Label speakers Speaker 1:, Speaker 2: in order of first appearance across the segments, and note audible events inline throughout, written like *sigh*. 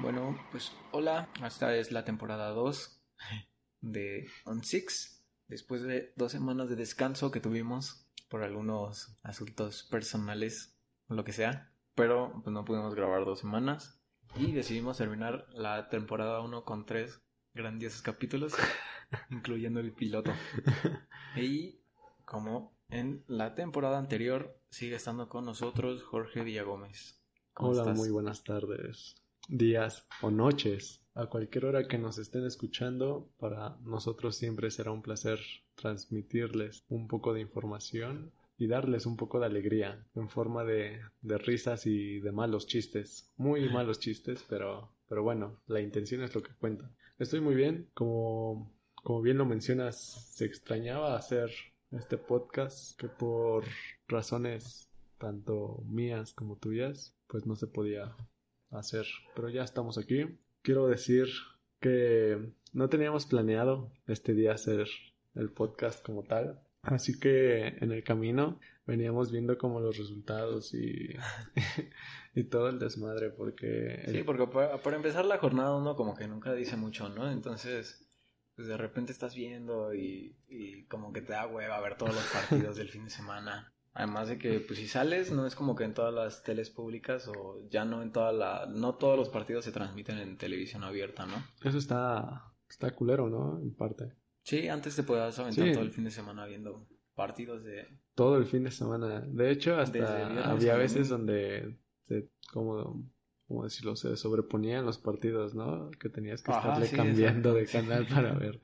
Speaker 1: Bueno, pues hola, esta es la temporada 2 de On Six. Después de dos semanas de descanso que tuvimos por algunos asuntos personales o lo que sea, pero pues, no pudimos grabar dos semanas y decidimos terminar la temporada 1 con tres grandiosos
Speaker 2: *laughs*
Speaker 1: capítulos, incluyendo el piloto. Y como en la temporada anterior, sigue estando con nosotros Jorge Villagómez. ¿Cómo
Speaker 2: Hola,
Speaker 1: estás?
Speaker 2: muy buenas tardes, días o noches. A cualquier hora que nos estén escuchando, para nosotros siempre será un placer transmitirles un poco de información y darles un poco de alegría en forma de, de risas y de malos chistes.
Speaker 1: *laughs*
Speaker 2: Muy malos chistes, pero, pero bueno, la intención es lo que cuenta. Estoy muy bien, como, como bien lo mencionas, se extrañaba hacer este podcast que por razones tanto mías como tuyas, pues no se podía hacer. Pero ya estamos aquí. Quiero decir que no teníamos planeado este día hacer el podcast como tal. Así que en el camino veníamos viendo como los resultados y, *laughs* y todo el desmadre porque... el-
Speaker 1: Sí, porque para, para empezar la jornada uno como que nunca dice mucho, ¿no? Entonces, pues de repente estás viendo y, y como que te da hueva ver todos los partidos del fin de semana. Además de que, pues si sales, no es como que en todas las teles públicas o ya no en toda la... No todos los partidos se transmiten en televisión abierta, ¿no?
Speaker 2: Eso está, está culero, ¿no? En parte.
Speaker 1: Sí, antes te podías aventar
Speaker 2: Sí.
Speaker 1: todo el fin de semana viendo partidos de...
Speaker 2: Todo el fin de semana. De hecho,
Speaker 1: Desde
Speaker 2: hasta
Speaker 1: viernes
Speaker 2: había
Speaker 1: a
Speaker 2: veces
Speaker 1: domingo.
Speaker 2: donde se, como, como decirlo, se sobreponían los partidos, ¿no? Que tenías que
Speaker 1: Ajá,
Speaker 2: estarle
Speaker 1: sí,
Speaker 2: cambiando de
Speaker 1: exacto, sí.
Speaker 2: canal
Speaker 1: *laughs*
Speaker 2: para ver,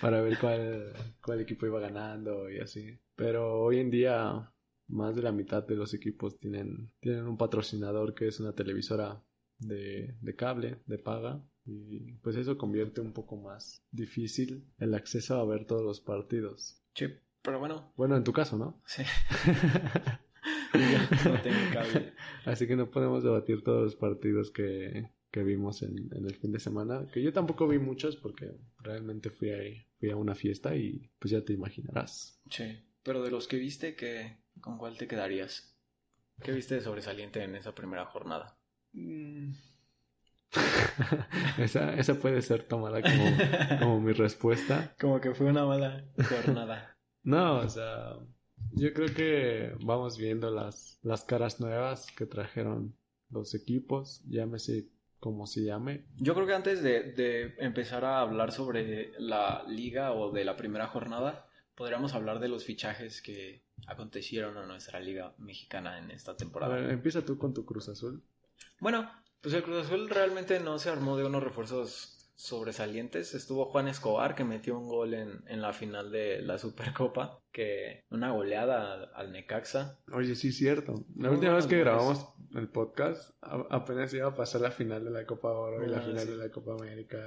Speaker 2: para ver cuál, cuál equipo iba ganando y así. Pero hoy en día, más de la mitad de los equipos tienen, tienen un patrocinador que es una televisora de, de cable, de paga. Y pues eso convierte un poco más difícil el acceso a ver todos los partidos.
Speaker 1: Sí, pero
Speaker 2: *laughs*
Speaker 1: bueno,
Speaker 2: Bueno, en tu caso, ¿no?
Speaker 1: sí. Ya no tengo cable.
Speaker 2: *laughs* Así que no podemos debatir todos los partidos que, que vimos en, en el fin de semana. Que yo tampoco vi muchos porque realmente fui ahí, fui a una fiesta y pues ya te imaginarás. *laughs*
Speaker 1: Sí, pero de los que viste, ¿qué, ¿con cuál te quedarías? ¿Qué viste de sobresaliente en esa primera jornada? Mm.
Speaker 2: esa, esa puede ser tomada como, como mi respuesta.
Speaker 1: *laughs* Como que fue una mala jornada.
Speaker 2: No, o sea, yo creo que vamos viendo las, las caras nuevas que trajeron los equipos, llámese como se llame.
Speaker 1: Yo creo que antes de, de empezar a hablar sobre la liga o de la primera jornada, podríamos hablar de los fichajes que acontecieron en nuestra liga mexicana en esta
Speaker 2: A
Speaker 1: temporada.
Speaker 2: ver, empieza tú con tu Cruz Azul.
Speaker 1: Bueno, pues el Cruz Azul realmente no se armó de unos refuerzos sobresalientes. Estuvo Juan Escobar, que metió un gol en, en la final de la Supercopa, que una goleada al, al Necaxa.
Speaker 2: Oye, sí, cierto. La
Speaker 1: No,
Speaker 2: última vez que
Speaker 1: no, no,
Speaker 2: grabamos el podcast, a- apenas iba a pasar la final de la Copa Oro y la
Speaker 1: Ah,
Speaker 2: final
Speaker 1: sí.
Speaker 2: de la Copa América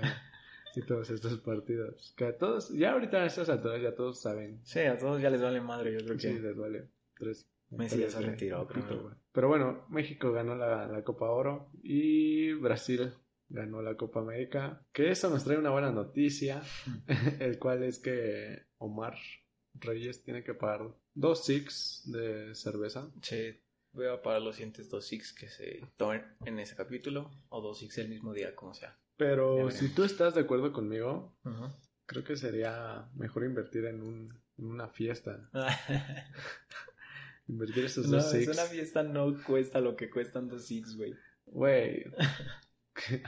Speaker 2: y todos estos partidos. Que a todos, ya ahorita a estas alturas ya todos saben.
Speaker 1: Sí, a todos ya les vale madre, yo creo
Speaker 2: Sí,
Speaker 1: que.
Speaker 2: les vale. Tres.
Speaker 1: Messi
Speaker 2: tres
Speaker 1: ya se
Speaker 2: de-
Speaker 1: retiró, creo.
Speaker 2: pito, güey. Pero bueno, México ganó la, la Copa Oro y Brasil ganó la Copa América. Que eso nos trae una buena noticia, *laughs* el cual es que Omar Reyes tiene que pagar dos six de cerveza.
Speaker 1: Sí, voy a pagar los siguientes dos six que se tomen en ese capítulo, o dos six el mismo día, como sea. Ya
Speaker 2: Pero
Speaker 1: veremos.
Speaker 2: si tú estás de acuerdo conmigo,
Speaker 1: *laughs*
Speaker 2: creo que sería mejor invertir en, un, en una fiesta. Invertir esos
Speaker 1: No,
Speaker 2: dos
Speaker 1: es
Speaker 2: six.
Speaker 1: una fiesta no cuesta lo que cuestan dos six, güey.
Speaker 2: Güey. *laughs*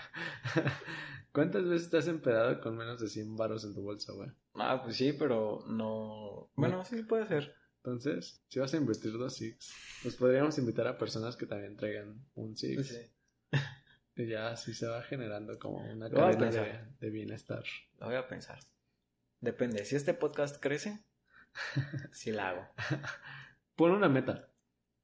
Speaker 2: ¿Cuántas veces te has empedado con menos de 100 varos en tu bolsa, güey?
Speaker 1: Ah, pues sí, pero no. Bueno, sí puede ser.
Speaker 2: Entonces, si vas a invertir dos six, pues podríamos invitar a personas que también traigan un six.
Speaker 1: Sí.
Speaker 2: Y ya así se va generando como una
Speaker 1: Lo voy a
Speaker 2: cadena de,
Speaker 1: pensar.
Speaker 2: de bienestar.
Speaker 1: Lo voy a pensar. Depende. Si este podcast crece, *laughs* sí la hago.
Speaker 2: Pon una meta.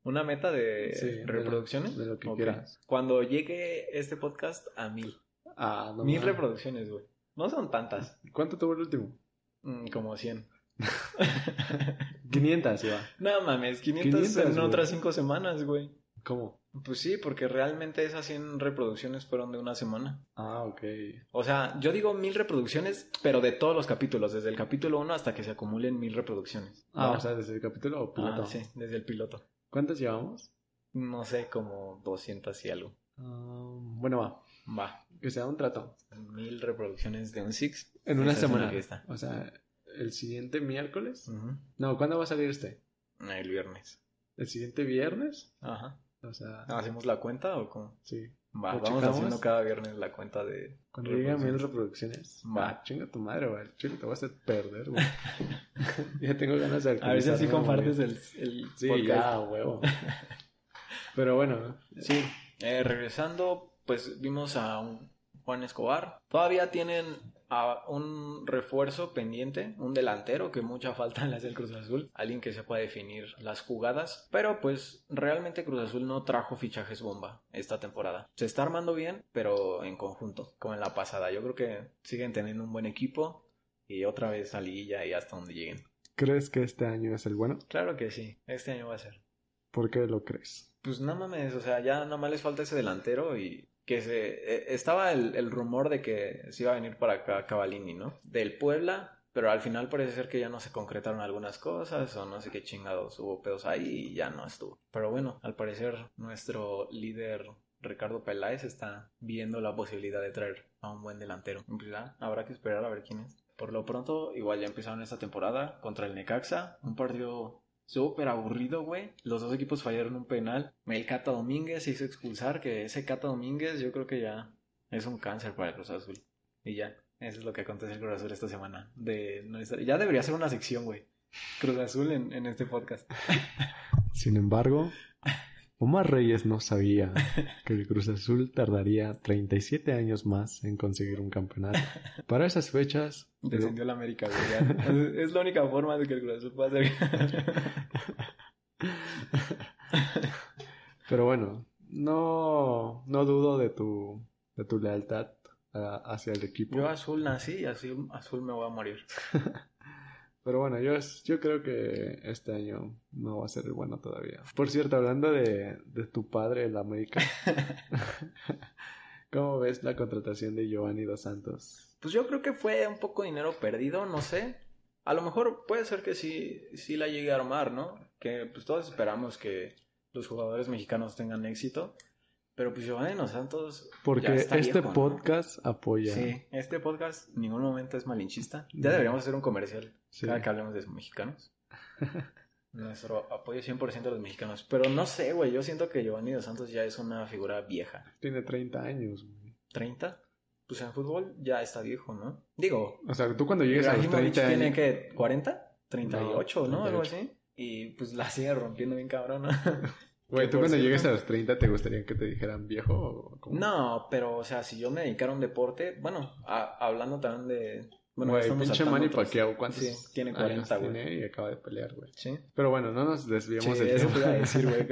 Speaker 1: Una meta de
Speaker 2: Sí, de lo-
Speaker 1: reproducciones.
Speaker 2: de lo que
Speaker 1: Ok.
Speaker 2: quieras.
Speaker 1: Cuando llegue este podcast a mil.
Speaker 2: Ah, no
Speaker 1: mil
Speaker 2: mames.
Speaker 1: reproducciones, güey. No son tantas.
Speaker 2: ¿Cuánto tuvo el último?
Speaker 1: Mm, como 100.
Speaker 2: *laughs* 500, Iba.
Speaker 1: no mames, 500,
Speaker 2: 500,
Speaker 1: en
Speaker 2: güey.
Speaker 1: otras 5 semanas, güey.
Speaker 2: ¿Cómo?
Speaker 1: Pues sí, porque realmente esas 100 reproducciones fueron de una semana.
Speaker 2: Ah, ok.
Speaker 1: O sea, yo digo mil reproducciones, pero de todos los capítulos, desde el capítulo 1 hasta que se acumulen mil reproducciones.
Speaker 2: Ah,
Speaker 1: ¿Va?
Speaker 2: o sea, desde el capítulo o piloto.
Speaker 1: Ah, sí, desde el piloto.
Speaker 2: ¿Cuántas llevamos?
Speaker 1: No sé, como 200 y algo.
Speaker 2: Ah, bueno, va.
Speaker 1: Va.
Speaker 2: Que sea un trato.
Speaker 1: Mil reproducciones de un Six.
Speaker 2: En una
Speaker 1: Esa es
Speaker 2: semana.
Speaker 1: fiesta.
Speaker 2: O sea, el siguiente miércoles.
Speaker 1: Ujú.
Speaker 2: No, ¿cuándo va a salir este?
Speaker 1: El viernes.
Speaker 2: ¿El siguiente viernes?
Speaker 1: Ajá.
Speaker 2: O sea,
Speaker 1: ¿Hacemos la cuenta o cómo?
Speaker 2: sí.
Speaker 1: Va,
Speaker 2: ¿Lo
Speaker 1: vamos
Speaker 2: checamos?
Speaker 1: haciendo cada viernes la cuenta de.
Speaker 2: Cuando llegue a mil
Speaker 1: reproducciones.
Speaker 2: reproducciones.
Speaker 1: Va.
Speaker 2: Ah, chinga tu madre, güey. Chile, te voy a hacer perder, güey. *laughs* ya tengo ganas de
Speaker 1: A veces sí
Speaker 2: alcoholizarme,
Speaker 1: compartes
Speaker 2: güey.
Speaker 1: el, el
Speaker 2: Sí,
Speaker 1: podcast. *laughs*
Speaker 2: ya, huevo. Pero bueno,
Speaker 1: Sí, eh, regresando, pues vimos a un Juan Escobar. Todavía tienen a un refuerzo pendiente, un delantero que mucha falta le hace el Cruz Azul, alguien que sepa definir las jugadas, pero pues realmente Cruz Azul no trajo fichajes bomba esta temporada. Se está armando bien, pero en conjunto, como en la pasada. Yo creo que siguen teniendo un buen equipo y otra vez a liguilla y hasta donde lleguen.
Speaker 2: ¿crees que este año es el bueno?
Speaker 1: Claro que sí, este año va a ser.
Speaker 2: ¿Por qué lo crees?
Speaker 1: Pues no mames, o sea, ya nada más les falta ese delantero y que se... eh, estaba el, el rumor de que se iba a venir para acá Cavalini, ¿no? Del Puebla, pero al final parece ser que ya no se concretaron algunas cosas o no sé qué chingados, hubo pedos ahí y ya no estuvo. Pero bueno, al parecer nuestro líder Ricardo Peláez está viendo la posibilidad de traer a un buen delantero. Pues ya, habrá que esperar a ver quién es. Por lo pronto, igual ya empezaron esta temporada contra el Necaxa, un partido Súper aburrido, güey. Los dos equipos fallaron un penal. El Cata Domínguez se hizo expulsar, que ese Cata Domínguez yo creo que ya es un cáncer para el Cruz Azul. Y ya, eso es lo que acontece en el Cruz Azul esta semana. De nuestra- Ya debería ser una sección, güey. Cruz Azul en, en este podcast.
Speaker 2: Sin embargo, Omar Reyes no sabía que el Cruz Azul tardaría 37 años más en conseguir un campeonato. Para esas fechas,
Speaker 1: Descendió la América, güey. ya. Es la única forma de que el Cruz Azul pueda ser...
Speaker 2: Pero bueno, no, no dudo de tu, de tu lealtad a- hacia el equipo.
Speaker 1: *laughs* Yo azul nací y así azul me voy a morir.
Speaker 2: Pero bueno, yo, es- yo creo que este año no va a ser el bueno todavía. Por cierto, hablando de, de tu padre,
Speaker 1: *laughs*
Speaker 2: el América, ¿cómo ves la contratación de Giovanni Dos Santos?
Speaker 1: Pues yo creo que fue un poco dinero perdido, no sé. A lo mejor puede ser que sí, sí la llegue a armar, ¿no? Que pues todos esperamos que los jugadores mexicanos tengan éxito. Pero pues Giovanni Dos Santos. ya
Speaker 2: Porque
Speaker 1: está
Speaker 2: este
Speaker 1: viejo, ¿no?
Speaker 2: podcast apoya.
Speaker 1: Sí, este podcast en ningún momento es malinchista.
Speaker 2: No.
Speaker 1: Ya deberíamos hacer un comercial
Speaker 2: Sí.
Speaker 1: cada que hablemos de
Speaker 2: *laughs*
Speaker 1: mexicanos. Nuestro apoyo 100% a los mexicanos. Pero no sé, güey. Yo siento que Giovanni Dos Santos ya es una figura vieja.
Speaker 2: Tiene 30 años, güey.
Speaker 1: 30. Pues en fútbol ya está viejo, ¿no? Digo,
Speaker 2: O sea, tú cuando llegues a los
Speaker 1: Ibrahimovic
Speaker 2: 30
Speaker 1: tiene
Speaker 2: años...
Speaker 1: que 40, 38, ¿no?
Speaker 2: 38.
Speaker 1: Algo así. Y pues la sigue rompiendo bien cabrón.
Speaker 2: *laughs*
Speaker 1: ¿no?
Speaker 2: Güey,
Speaker 1: que
Speaker 2: tú
Speaker 1: por
Speaker 2: cuando llegues
Speaker 1: cierto-
Speaker 2: a los 30 te gustaría que te dijeran viejo o cómo?
Speaker 1: No, pero o sea, si yo me dedicara a un deporte, bueno, a- hablando también de bueno,
Speaker 2: Güey,
Speaker 1: estamos
Speaker 2: pinche
Speaker 1: saltando
Speaker 2: Manny
Speaker 1: otros.
Speaker 2: Pacquiao, ¿cuántos
Speaker 1: Sí, tiene 40,
Speaker 2: años
Speaker 1: güey.
Speaker 2: tiene y acaba de pelear, güey?
Speaker 1: Sí.
Speaker 2: Pero bueno, no nos desviemos
Speaker 1: Sí,
Speaker 2: del
Speaker 1: eso
Speaker 2: tema.
Speaker 1: te iba a decir, güey.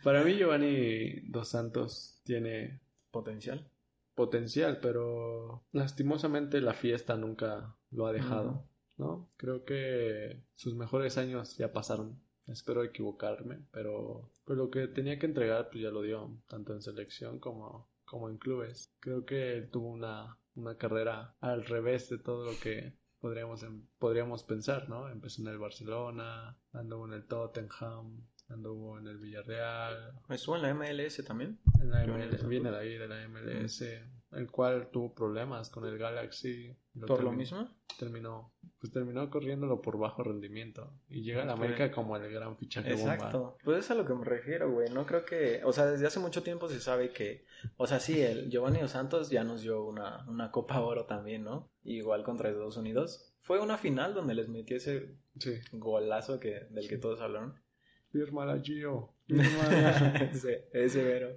Speaker 2: *laughs*
Speaker 1: *laughs*
Speaker 2: Para mí Giovanni Dos Santos tiene
Speaker 1: Potencial.
Speaker 2: potencial, pero lastimosamente la fiesta nunca lo ha dejado, ¿no? Creo que sus mejores años ya pasaron. Espero equivocarme, pero pues lo que tenía que entregar pues ya lo dio, tanto en selección como, como en clubes. Creo que él tuvo una, una carrera al revés de todo lo que podríamos, em- podríamos pensar, ¿no? Empezó en el Barcelona, anduvo en el Tottenham, anduvo en el Villarreal,
Speaker 1: Estuvo en la MLS también.
Speaker 2: en la
Speaker 1: Yo en el
Speaker 2: MLS,
Speaker 1: Cruz
Speaker 2: viene de
Speaker 1: Azul.
Speaker 2: ahí, de la MLS, el cual tuvo problemas con el Galaxy. y
Speaker 1: Por lo
Speaker 2: termi-
Speaker 1: mismo.
Speaker 2: Terminó, pues terminó corriéndolo por bajo rendimiento. Y llega a la
Speaker 1: Ok.
Speaker 2: América como el gran fichaje
Speaker 1: Exacto.
Speaker 2: bomba.
Speaker 1: Pues es a lo que me refiero, güey. No creo que. O sea, desde hace mucho tiempo se sabe que. O sea, sí, el Giovanni Dos Santos ya nos dio una, una Copa Oro también, ¿no? Igual contra Estados Unidos. Fue una final donde les metió ese
Speaker 2: Sí,
Speaker 1: golazo que, del que todos hablaron.
Speaker 2: fírmala *laughs* Gio, *laughs* fírmala.
Speaker 1: ese, ese vero.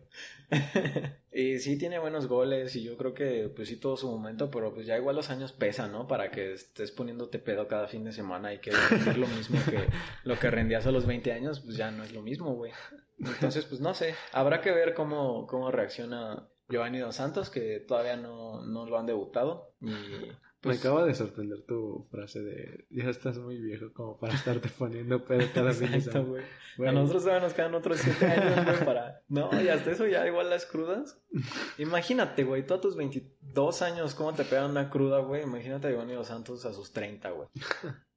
Speaker 1: y sí tiene buenos goles y yo creo que pues sí todo su momento, pero pues ya igual los años pesan, ¿no? Para que estés poniéndote pedo cada fin de semana y que rendir lo mismo que lo que rendías a los 20 años, pues ya no es lo mismo, güey. Entonces, pues no sé, habrá que ver cómo, cómo reacciona Giovanni Dos Santos, que todavía no, no lo han debutado. Y
Speaker 2: Me
Speaker 1: pues,
Speaker 2: acaba de sorprender tu frase de ya estás muy viejo como para estarte poniendo pedo cada fin
Speaker 1: *laughs*
Speaker 2: de
Speaker 1: exacto,
Speaker 2: semana.
Speaker 1: güey.
Speaker 2: Güey,
Speaker 1: A nosotros todavía nos quedan otros 7 años, güey, para... No, y hasta eso ya igual las crudas. Imagínate, güey, tú a tus 22 años, ¿cómo te pegan una cruda, güey? Imagínate a Giovanni Dos Santos a sus 30, güey.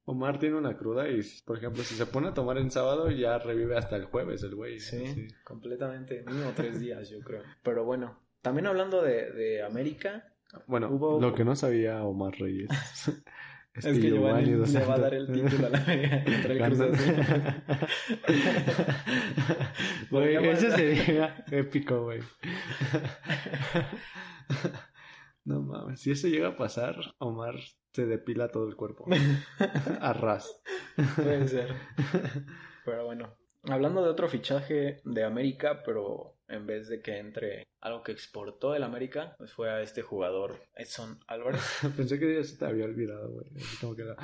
Speaker 2: Omar tiene una cruda y, por ejemplo, si se pone a tomar en sábado ya revive hasta el jueves el güey.
Speaker 1: Sí, completamente. Mínimo 3 días, yo creo. Pero bueno, También hablando de, de América,
Speaker 2: Bueno,
Speaker 1: Hubo-
Speaker 2: lo que no sabía Omar *laughs* Reyes
Speaker 1: es, que Giovanni le va a dar el
Speaker 2: *laughs*
Speaker 1: título a la América contra el Cruz Azul.
Speaker 2: Güey,
Speaker 1: Podríamos-
Speaker 2: eso sería épico, güey. *laughs* No mames, si eso llega a pasar, Omar se depila todo el *laughs* cuerpo. Arras.
Speaker 1: Puede ser. Pero bueno, hablando de otro fichaje de América, pero en vez de que entre algo que exportó el América, pues fue a este jugador Edson
Speaker 2: *laughs*
Speaker 1: Álvarez.
Speaker 2: *laughs* Pensé que ya se te había olvidado, güey. Así como que la-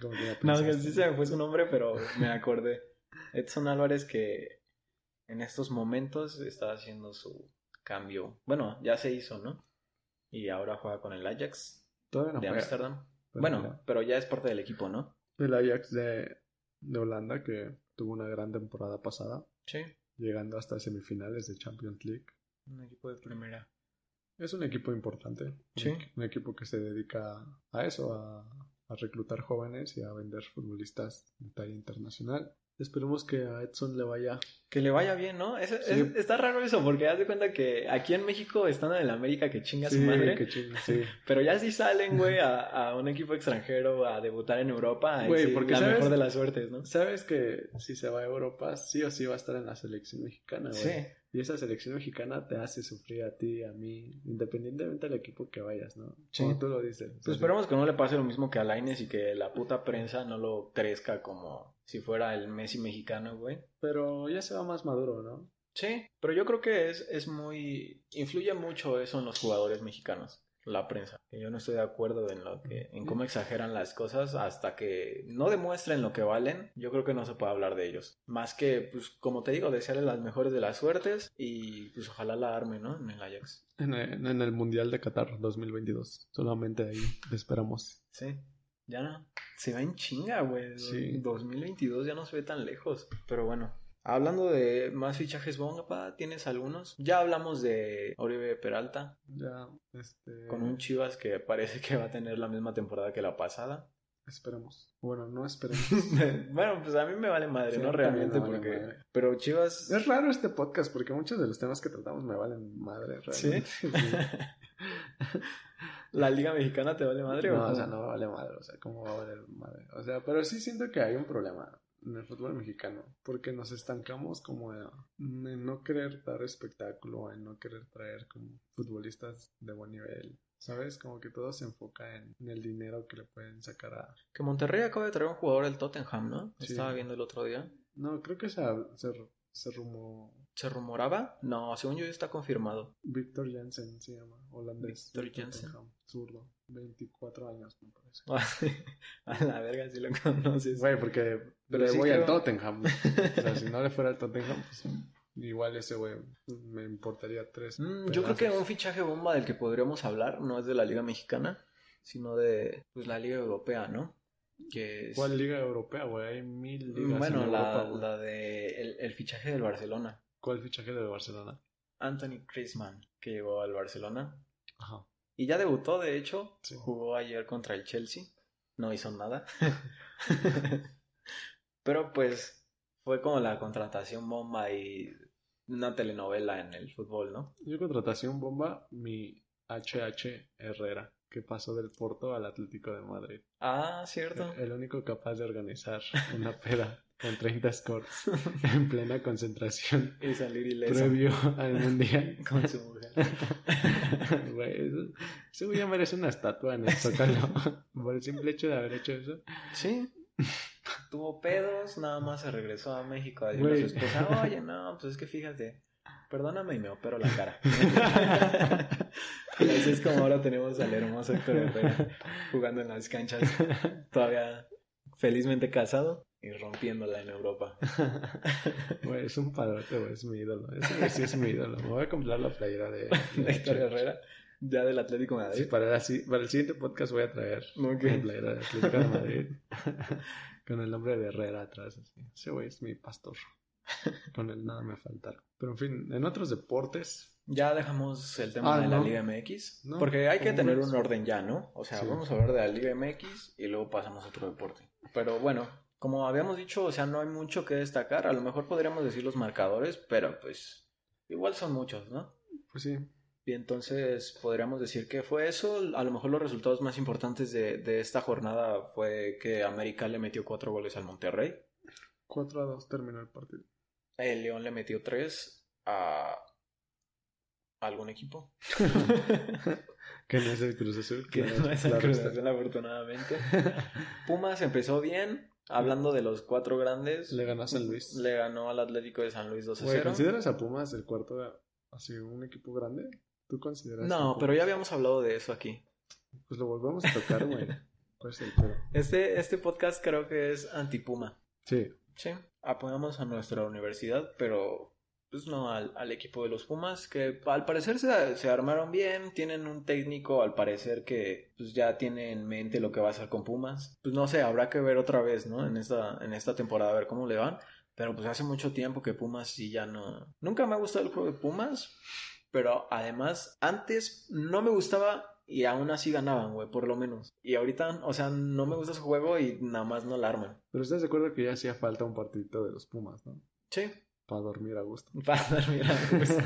Speaker 2: como que la
Speaker 1: no, que
Speaker 2: pensaste.
Speaker 1: sí se me fue su nombre, pero me acordé. Edson Álvarez que en estos momentos está haciendo su cambio. Bueno, ya se hizo, ¿no? Y ahora juega con el Ajax
Speaker 2: Todavía no
Speaker 1: de
Speaker 2: juega.
Speaker 1: Ámsterdam.
Speaker 2: Pero pues
Speaker 1: Bueno, pero ya es parte del equipo, ¿no?
Speaker 2: mira, El Ajax de, de Holanda que tuvo una gran temporada pasada,
Speaker 1: Sí,
Speaker 2: llegando hasta semifinales de Champions League.
Speaker 1: un equipo de primera.
Speaker 2: Es un equipo importante. un
Speaker 1: Sí.
Speaker 2: equ- Un equipo que se dedica a eso, a, a reclutar jóvenes y a vender futbolistas de talla internacional. Esperemos que a Edson le vaya.
Speaker 1: Que le vaya bien, ¿no? Es- es-
Speaker 2: Sí.
Speaker 1: está raro eso, porque haz de cuenta que aquí en México están en el América que chinga
Speaker 2: Sí,
Speaker 1: su madre.
Speaker 2: que chingue, sí.
Speaker 1: Pero ya sí salen, *laughs* güey, a, a un equipo extranjero a debutar en Europa. ahí
Speaker 2: Güey,
Speaker 1: sí,
Speaker 2: porque
Speaker 1: la
Speaker 2: ¿sabes?
Speaker 1: mejor de las suertes, ¿no?
Speaker 2: Sabes que si se va a Europa, sí o sí va a estar en la selección mexicana, güey.
Speaker 1: Sí.
Speaker 2: Y esa selección mexicana te hace sufrir a ti, a mí, independientemente del equipo que vayas, ¿no?
Speaker 1: Sí.
Speaker 2: Como tú lo dices.
Speaker 1: Pues esperemos que no le pase lo mismo que a Laines y que la puta prensa no lo crezca como si fuera el Messi mexicano, güey.
Speaker 2: Pero ya se va más maduro, ¿no?
Speaker 1: Sí, pero yo creo que es, es muy... Influye mucho eso en los jugadores mexicanos, la prensa. Que Yo no estoy de acuerdo en, lo que, en cómo exageran las cosas hasta que no demuestren lo que valen. Yo creo que no se puede hablar de ellos. Más que, pues, como te digo, desearle las mejores de las suertes y pues ojalá la arme, ¿no? En el Ajax.
Speaker 2: En el, en el Mundial de Qatar 2022. Solamente ahí te esperamos.
Speaker 1: Sí, ya no. Se va en chinga, güey.
Speaker 2: Sí.
Speaker 1: 2022 ya no se ve tan lejos. Pero bueno. Hablando de más fichajes bomba, pa, ¿tienes algunos? Ya hablamos de Oribe Peralta,
Speaker 2: Ya, este...
Speaker 1: con un Chivas que parece que va a tener la misma temporada que la pasada. *laughs*
Speaker 2: Esperemos. Bueno, no esperemos.
Speaker 1: bueno, pues a mí me vale madre,
Speaker 2: Sí,
Speaker 1: ¿no?
Speaker 2: a mí
Speaker 1: Realmente,
Speaker 2: también me
Speaker 1: porque...
Speaker 2: vale madre.
Speaker 1: Pero Chivas...
Speaker 2: es raro este podcast porque muchos de los temas que tratamos me valen madre. realmente. *laughs*
Speaker 1: *laughs* ¿La Liga Mexicana te vale madre o
Speaker 2: No, o sea,
Speaker 1: cómo?
Speaker 2: no vale madre, o sea, ¿cómo va a valer madre? O sea, pero sí siento que hay un problema en el fútbol mexicano, porque nos estancamos como en en no querer dar espectáculo, en no querer traer como futbolistas de buen nivel, ¿sabes? Como que todo se enfoca en, en el dinero que le pueden sacar a...
Speaker 1: Que Monterrey acaba de traer un jugador del Tottenham, ¿no?
Speaker 2: Sí.
Speaker 1: Estaba viendo el otro día.
Speaker 2: No, creo que se, se, se rumó
Speaker 1: ¿Se rumoraba? No, según yo ya está confirmado. *laughs*
Speaker 2: Víctor Jansen, se llama, holandés.
Speaker 1: Víctor
Speaker 2: del
Speaker 1: Jansen.
Speaker 2: Tottenham, Zurdo, 24 años, me parece.
Speaker 1: A la verga, si lo conoces.
Speaker 2: Güey, porque
Speaker 1: Pero
Speaker 2: le
Speaker 1: sí
Speaker 2: voy al
Speaker 1: creo- *laughs*
Speaker 2: Tottenham. O sea, si no le fuera al Tottenham, pues igual ese güey me importaría tres.
Speaker 1: Mm, yo creo que un
Speaker 2: pedazos.
Speaker 1: fichaje bomba del que podríamos hablar no es de la Liga Mexicana, sino de pues, la Liga Europea, ¿no? Que es-
Speaker 2: ¿Cuál liga europea, güey? Hay mil ligas
Speaker 1: Mm, Bueno,
Speaker 2: en
Speaker 1: la,
Speaker 2: Europa, güey.
Speaker 1: la de el, el fichaje del Barcelona.
Speaker 2: ¿Cuál fichaje de Barcelona?
Speaker 1: Anthony Griezmann, que llegó al Barcelona.
Speaker 2: Ajá.
Speaker 1: Y ya debutó, de hecho.
Speaker 2: Sí.
Speaker 1: Jugó ayer contra el Chelsea. No hizo nada. *laughs* Pero pues fue como la contratación bomba y una telenovela en el fútbol, ¿no?
Speaker 2: Yo contratación bomba, mi HH Herrera, que pasó del Porto al Atlético de Madrid.
Speaker 1: Ah, cierto.
Speaker 2: El único capaz de organizar una peda con 30 scores en plena concentración
Speaker 1: *laughs* y salir ileso
Speaker 2: previo al Mundial.
Speaker 1: con su mujer.
Speaker 2: *laughs* Güey, eso- ese güey ya merece una estatua en el Zócalo. *laughs* Por el simple hecho de haber hecho eso.
Speaker 1: Sí. *laughs* Tuvo pedos, nada más se regresó a México a decirle a
Speaker 2: Güey.
Speaker 1: su esposa, oye, no, pues es que fíjate, perdóname y me opero la cara. Y así es como ahora tenemos al hermoso Héctor Herrera jugando en las canchas, todavía felizmente casado y rompiéndola en Europa.
Speaker 2: Güey, es un padrote, güey, es mi ídolo. Ese güey sí es mi ídolo. Me voy a comprar la playera de,
Speaker 1: De Héctor Herrera, ya del Atlético de
Speaker 2: Sí,
Speaker 1: Madrid.
Speaker 2: para, la si- para el siguiente podcast voy a traer
Speaker 1: Ok.
Speaker 2: la playera de Atlético de Madrid. *laughs* Con el nombre de Herrera atrás. Así. Ese güey es mi pastor. Con él nada me faltará. Pero en fin, en otros deportes.
Speaker 1: Ya dejamos el tema
Speaker 2: Ah,
Speaker 1: de la
Speaker 2: no.
Speaker 1: Liga MX,
Speaker 2: No,
Speaker 1: porque hay que
Speaker 2: ¿cómo
Speaker 1: tener
Speaker 2: ves?
Speaker 1: un orden ya, ¿no? O sea,
Speaker 2: Sí.
Speaker 1: vamos a hablar de la Liga MX y luego pasamos a otro deporte. Pero bueno, como habíamos dicho, o sea, no hay mucho que destacar. A lo mejor podríamos decir los marcadores, pero pues igual son muchos, ¿no?
Speaker 2: Pues sí,
Speaker 1: Y entonces podríamos decir que fue eso. A lo mejor los resultados más importantes de, de esta jornada fue que América le metió cuatro goles al Monterrey.
Speaker 2: 4 a 2 terminó el partido.
Speaker 1: El León le metió tres a algún
Speaker 2: *laughs*
Speaker 1: equipo. *laughs*
Speaker 2: Que no es el Cruz Azul.
Speaker 1: que
Speaker 2: claro-
Speaker 1: no es el
Speaker 2: claro
Speaker 1: Cruz
Speaker 2: está.
Speaker 1: Azul,
Speaker 2: *laughs*
Speaker 1: afortunadamente. Pumas empezó bien, hablando de los cuatro grandes.
Speaker 2: Le ganó a San Luis.
Speaker 1: Le ganó al Atlético de San Luis 2 a
Speaker 2: Güey,
Speaker 1: 0.
Speaker 2: ¿consideras a Pumas el cuarto de- así un equipo grande? ¿Tú consideras?
Speaker 1: No,
Speaker 2: a
Speaker 1: pero
Speaker 2: Pumas?
Speaker 1: ya habíamos hablado de eso aquí.
Speaker 2: Pues lo volvemos a tocar,
Speaker 1: *laughs*
Speaker 2: güey. ¿Cuál es el pero?
Speaker 1: Este, este podcast creo que es anti-Puma.
Speaker 2: Sí,
Speaker 1: Sí, apoyamos a nuestra universidad, pero pues no al, al equipo de los Pumas, que al parecer se, se armaron bien, tienen un técnico al parecer que pues, ya tiene en mente lo que va a hacer con Pumas. Pues no sé, habrá que ver otra vez, ¿no? En esta, en esta temporada, a ver cómo le van. Pero pues hace mucho tiempo que Pumas sí ya no... Nunca me ha gustado el juego de Pumas, pero además antes no me gustaba y aún así ganaban, güey, por lo menos. Y ahorita, o sea, no me gusta su juego y nada más no la arman.
Speaker 2: pero estás de acuerdo que ya hacía falta un partidito de los Pumas, ¿no?
Speaker 1: Sí,
Speaker 2: Para dormir
Speaker 1: *laughs*
Speaker 2: a gusto.
Speaker 1: Para dormir a pues.
Speaker 2: *laughs*
Speaker 1: gusto.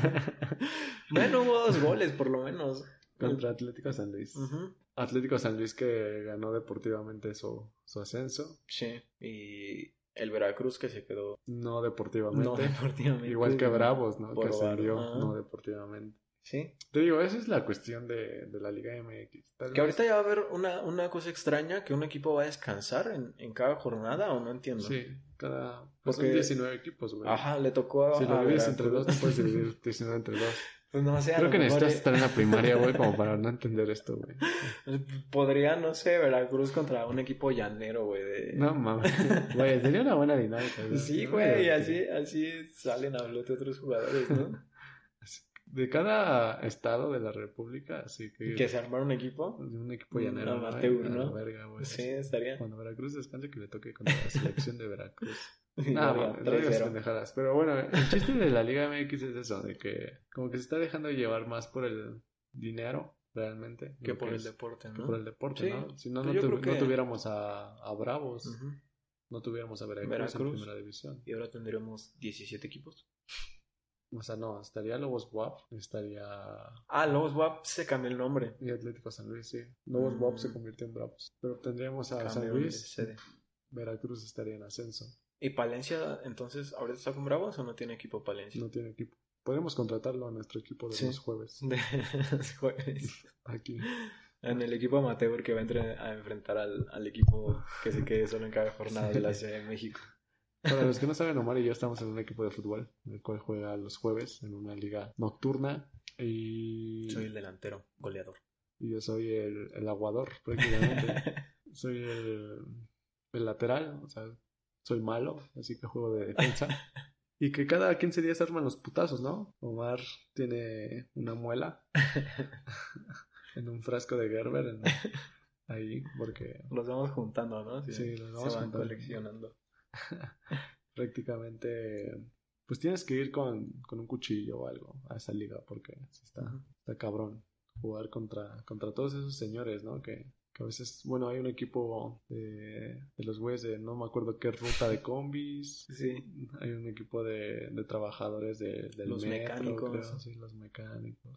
Speaker 1: bueno, hubo dos goles, por lo menos.
Speaker 2: Contra Atlético San Luis.
Speaker 1: Ujú.
Speaker 2: Atlético San Luis que ganó deportivamente su, su ascenso.
Speaker 1: Sí. Y el Veracruz que se quedó
Speaker 2: No
Speaker 1: no
Speaker 2: deportivamente.
Speaker 1: deportivamente.
Speaker 2: Igual que Bravos, ¿no?
Speaker 1: Por
Speaker 2: que ascendió
Speaker 1: varo, ajá.
Speaker 2: no deportivamente.
Speaker 1: Sí.
Speaker 2: Te digo, esa es la cuestión de, de la Liga MX. Tal
Speaker 1: Que
Speaker 2: vez-
Speaker 1: ahorita ya va a haber una, una cosa extraña, que un equipo va a descansar en, en cada jornada, o no entiendo.
Speaker 2: Sí, cada... Pues
Speaker 1: Porque-
Speaker 2: son 19 equipos, güey.
Speaker 1: Ajá, le tocó a...
Speaker 2: Si lo
Speaker 1: a
Speaker 2: divides
Speaker 1: Veracruz.
Speaker 2: entre dos, no
Speaker 1: *laughs*
Speaker 2: puedes dividir *laughs* 19 entre dos.
Speaker 1: Pues no sé, a
Speaker 2: Creo
Speaker 1: lo
Speaker 2: que
Speaker 1: mejor,
Speaker 2: necesitas
Speaker 1: eh,
Speaker 2: estar en la primaria, güey,
Speaker 1: *laughs*
Speaker 2: como para no entender esto, güey.
Speaker 1: Podría, no sé, Veracruz contra un equipo llanero, güey. de-
Speaker 2: No
Speaker 1: *laughs*
Speaker 2: mames. Güey, sería una buena dinámica.
Speaker 1: Sí, güey, así, así salen a flote otros jugadores, ¿no?
Speaker 2: *laughs* De cada estado de la república, así que...
Speaker 1: que se armaron un equipo.
Speaker 2: Un equipo
Speaker 1: Un
Speaker 2: llanero. ¿no?
Speaker 1: amateur,
Speaker 2: A la
Speaker 1: ¿no?
Speaker 2: verga, güey.
Speaker 1: Sí, estaría.
Speaker 2: Cuando Veracruz descanse que le toque contra la selección de Veracruz.
Speaker 1: Verga,
Speaker 2: Nada, mames, *laughs* no digas
Speaker 1: 3-0.
Speaker 2: pendejadas. Pero bueno, el chiste de la Liga MX es eso, de que como que se está dejando llevar más por el dinero, realmente,
Speaker 1: que
Speaker 2: lo
Speaker 1: por el
Speaker 2: es-
Speaker 1: deporte,
Speaker 2: que
Speaker 1: ¿no?
Speaker 2: por el deporte,
Speaker 1: Sí,
Speaker 2: ¿no? Si no,
Speaker 1: pues yo
Speaker 2: no, tu-
Speaker 1: creo que-
Speaker 2: no tuviéramos a, a Bravos,
Speaker 1: Ujú.
Speaker 2: no tuviéramos a Veracruz, en
Speaker 1: Veracruz.
Speaker 2: primera división.
Speaker 1: Y ahora tendremos 17 equipos.
Speaker 2: O sea, no, estaría Lobos WAP, estaría...
Speaker 1: Ah, Lobos WAP se cambió el nombre.
Speaker 2: Y Atlético San Luis, sí. Lobos WAP se
Speaker 1: Mm.
Speaker 2: convirtió en Bravos. Pero tendríamos a Ah, San
Speaker 1: Cambiaron de
Speaker 2: Luis,
Speaker 1: sede.
Speaker 2: Veracruz estaría en ascenso.
Speaker 1: ¿Y Palencia, entonces, ahorita está con Bravos o no tiene equipo Palencia?
Speaker 2: No tiene equipo. Podemos contratarlo a nuestro equipo de
Speaker 1: Sí.
Speaker 2: los jueves.
Speaker 1: *laughs* De los jueves.
Speaker 2: Aquí.
Speaker 1: En el equipo amateur que va a, entre- a enfrentar al, al equipo que se quede solo en cada jornada de la
Speaker 2: Sí.
Speaker 1: Ciudad de México.
Speaker 2: Para los que no saben, Omar y yo estamos en un equipo de fútbol, en el cual juega los jueves en una liga nocturna. Y,
Speaker 1: Soy el delantero, goleador.
Speaker 2: y yo soy el, el aguador,
Speaker 1: *laughs*
Speaker 2: prácticamente. soy el, el lateral, o sea, soy malo, así que juego de defensa. Y que cada 15 días arman los putazos, ¿no? Omar tiene
Speaker 1: *laughs*
Speaker 2: una muela *laughs* en un frasco de Gerber, en- ahí, porque
Speaker 1: Los vamos juntando, ¿no?
Speaker 2: Sí, los vamos
Speaker 1: se van
Speaker 2: juntando.
Speaker 1: coleccionando.
Speaker 2: prácticamente pues tienes que ir con, con un cuchillo o algo a esa liga porque sí está, está cabrón jugar contra, contra todos esos señores, ¿no? Que, que a veces, bueno, hay un equipo de, de los güeyes de no me acuerdo qué ruta de combis,
Speaker 1: Sí. *laughs*
Speaker 2: hay un equipo de, de trabajadores de, del
Speaker 1: Los
Speaker 2: metro,
Speaker 1: mecánicos.
Speaker 2: creo, sí, los mecánicos.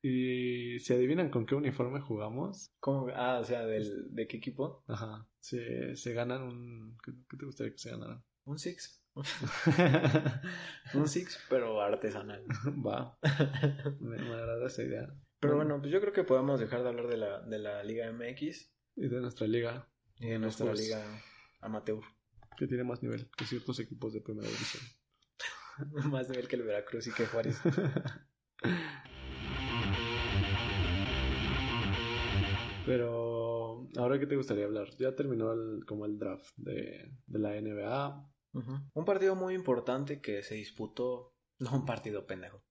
Speaker 2: y si adivinan con qué uniforme jugamos,
Speaker 1: ¿Cómo? Ah, o sea, del, ¿de qué equipo?
Speaker 2: ajá, se, se ganan un... ¿Qué, qué te gustaría que se ganaran? *laughs*
Speaker 1: Un Six. Un Six, pero artesanal.
Speaker 2: *laughs* Va. Me, me agrada esa idea.
Speaker 1: Pero bueno, pues yo creo que podemos dejar de hablar de la, de la Liga MX
Speaker 2: Y de nuestra liga,
Speaker 1: y de nuestra
Speaker 2: Pues-
Speaker 1: Liga Amateur. *laughs*
Speaker 2: que tiene más nivel que ciertos equipos de primera división. *laughs*
Speaker 1: Más nivel que el Veracruz y que Juárez.
Speaker 2: Pero, ¿ahora qué te gustaría hablar? Ya terminó el, como el draft de, de la NBA.
Speaker 1: Ujú. Un partido muy importante que se disputó. No, un partido pendejo.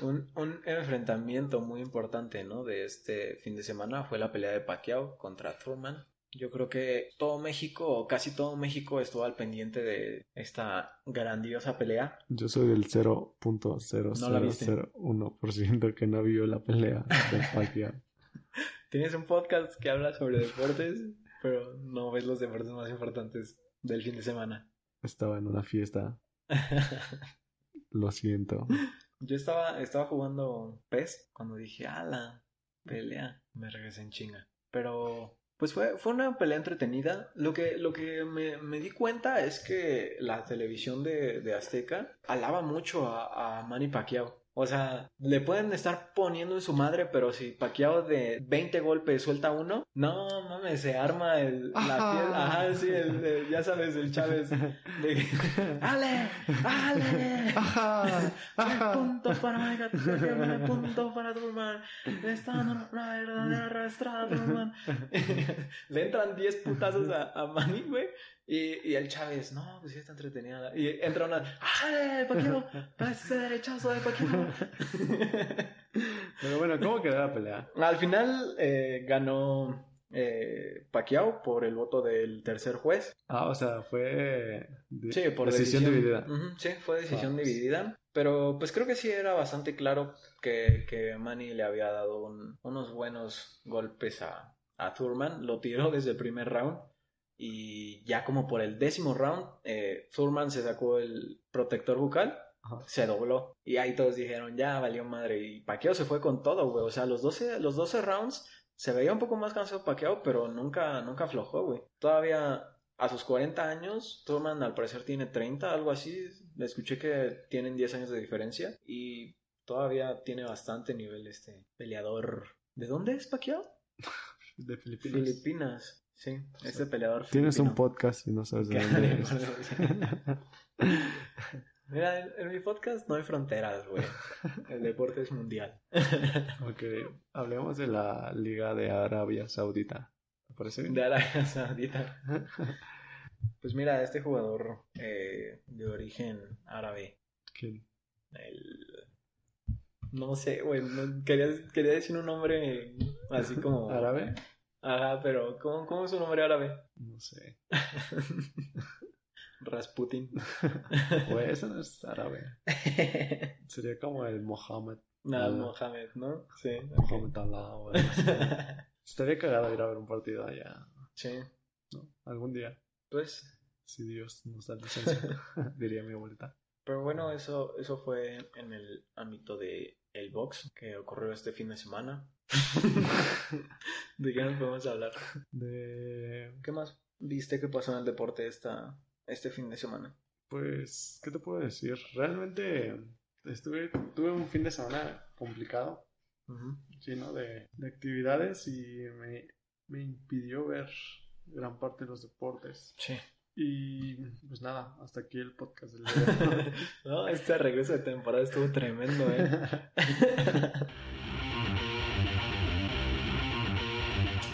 Speaker 1: Un, un enfrentamiento muy importante, ¿no? De este fin de semana fue la pelea de Pacquiao contra Truman. Yo creo que todo México, o casi todo México, estuvo al pendiente de esta grandiosa pelea.
Speaker 2: Yo soy del 0.0001% que no vio la pelea de Pacquiao.
Speaker 1: Tienes un podcast que habla sobre deportes, pero no ves los deportes más importantes del fin de semana.
Speaker 2: *laughs* Estaba en una fiesta, lo siento.
Speaker 1: Yo estaba, estaba jugando PES cuando dije, ala, pelea. Me regresé en chinga. Pero, pues fue, fue una pelea entretenida. Lo que, lo que me, me di cuenta es que la televisión de, de Azteca alaba mucho a, a Manny Pacquiao. O sea, le pueden estar poniendo en su madre, pero si Paquiao de 20 golpes suelta uno, no mames, se arma el, la
Speaker 2: Ajá.
Speaker 1: piel. Ajá, sí, el, el- ya sabes, el Chávez.
Speaker 2: *laughs*
Speaker 1: De, ¡Ale! ¡Ale!
Speaker 2: ¡Ajá!
Speaker 1: Un
Speaker 2: ¡Ajá!
Speaker 1: punto para *laughs* Mike Turner, un punto para Turman. Está *laughs* en una verdadera arrastrada, Turman. Le entran 10 putazos a, a Manny, güey. Y, y el Chávez, no, pues sí está entretenida. Y entra una, ¡Ale, Paquiao! ¡Parece ese este derechazo eh, de Paquiao!
Speaker 2: Pero bueno, ¿cómo quedó la pelea?
Speaker 1: Al final eh, ganó eh, Pacquiao por el voto del tercer juez.
Speaker 2: Ah, o sea, fue de-
Speaker 1: Sí, por
Speaker 2: decisión, dividida. Ah, pues.
Speaker 1: Ujú, sí, fue decisión
Speaker 2: Vamos.
Speaker 1: dividida. Pero pues creo que sí era bastante claro que, que Manny le había dado un- unos buenos golpes a, a Thurman. Lo tiró desde el primer round. Y ya como por el décimo round, eh, Thurman se sacó el protector bucal,
Speaker 2: Ajá.
Speaker 1: se dobló. Y ahí todos dijeron, ya valió madre. Y Paqueo se fue con todo, güey. O sea, los 12, los 12 rounds se veía un poco más cansado Paqueo, pero nunca, nunca aflojó, güey. Todavía a sus 40 años, Thurman al parecer tiene 30, algo así. Le escuché que tienen 10 años de diferencia. Y todavía tiene bastante nivel este peleador. ¿De dónde es Paqueo? Mm.
Speaker 2: De Filipinas.
Speaker 1: Filipinas. Sí, este peleador.
Speaker 2: Tienes un
Speaker 1: filipino.
Speaker 2: podcast y no sabes de
Speaker 1: *laughs*
Speaker 2: dónde eres.
Speaker 1: Mira, en, en mi podcast no hay fronteras, güey. El deporte es mundial.
Speaker 2: ok, hablemos de la Liga de Arabia Saudita. ¿Te parece bien?
Speaker 1: De Arabia Saudita. Pues mira, este jugador eh, de origen árabe,
Speaker 2: ¿Quién?
Speaker 1: el... No sé, güey, no- quería, quería decir un nombre así como...
Speaker 2: *laughs* ¿Árabe?
Speaker 1: Ajá, pero ¿cómo, cómo es un nombre árabe?
Speaker 2: No sé.
Speaker 1: Rasputin. *laughs*
Speaker 2: Güey, eso no es árabe. Sería como el Mohammed.
Speaker 1: Nada,
Speaker 2: Nada.
Speaker 1: Mohamed, ¿no? Sí. ok.
Speaker 2: Mohammed Allah o algo
Speaker 1: *laughs*
Speaker 2: así. Estaría cagado ir a ver un partido allá.
Speaker 1: sí,
Speaker 2: ¿no? Algún día.
Speaker 1: pues
Speaker 2: Si Dios nos da licencia. *laughs* diría mi abuelita.
Speaker 1: Pero bueno, eso, eso fue en el ámbito de el box que ocurrió este fin de semana. *laughs* ¿De qué nos podemos hablar?
Speaker 2: De...
Speaker 1: ¿Qué más viste que pasó en el deporte esta, este fin de semana?
Speaker 2: Pues, ¿qué te puedo decir? Realmente estuve, tuve un fin de semana complicado, lleno de, de actividades y me, me impidió ver gran parte de los deportes.
Speaker 1: Sí.
Speaker 2: Y pues nada, hasta aquí el podcast del día
Speaker 1: *laughs*
Speaker 2: de hoy.
Speaker 1: no, este regreso de temporada estuvo tremendo,
Speaker 2: *laughs*
Speaker 1: ¿eh?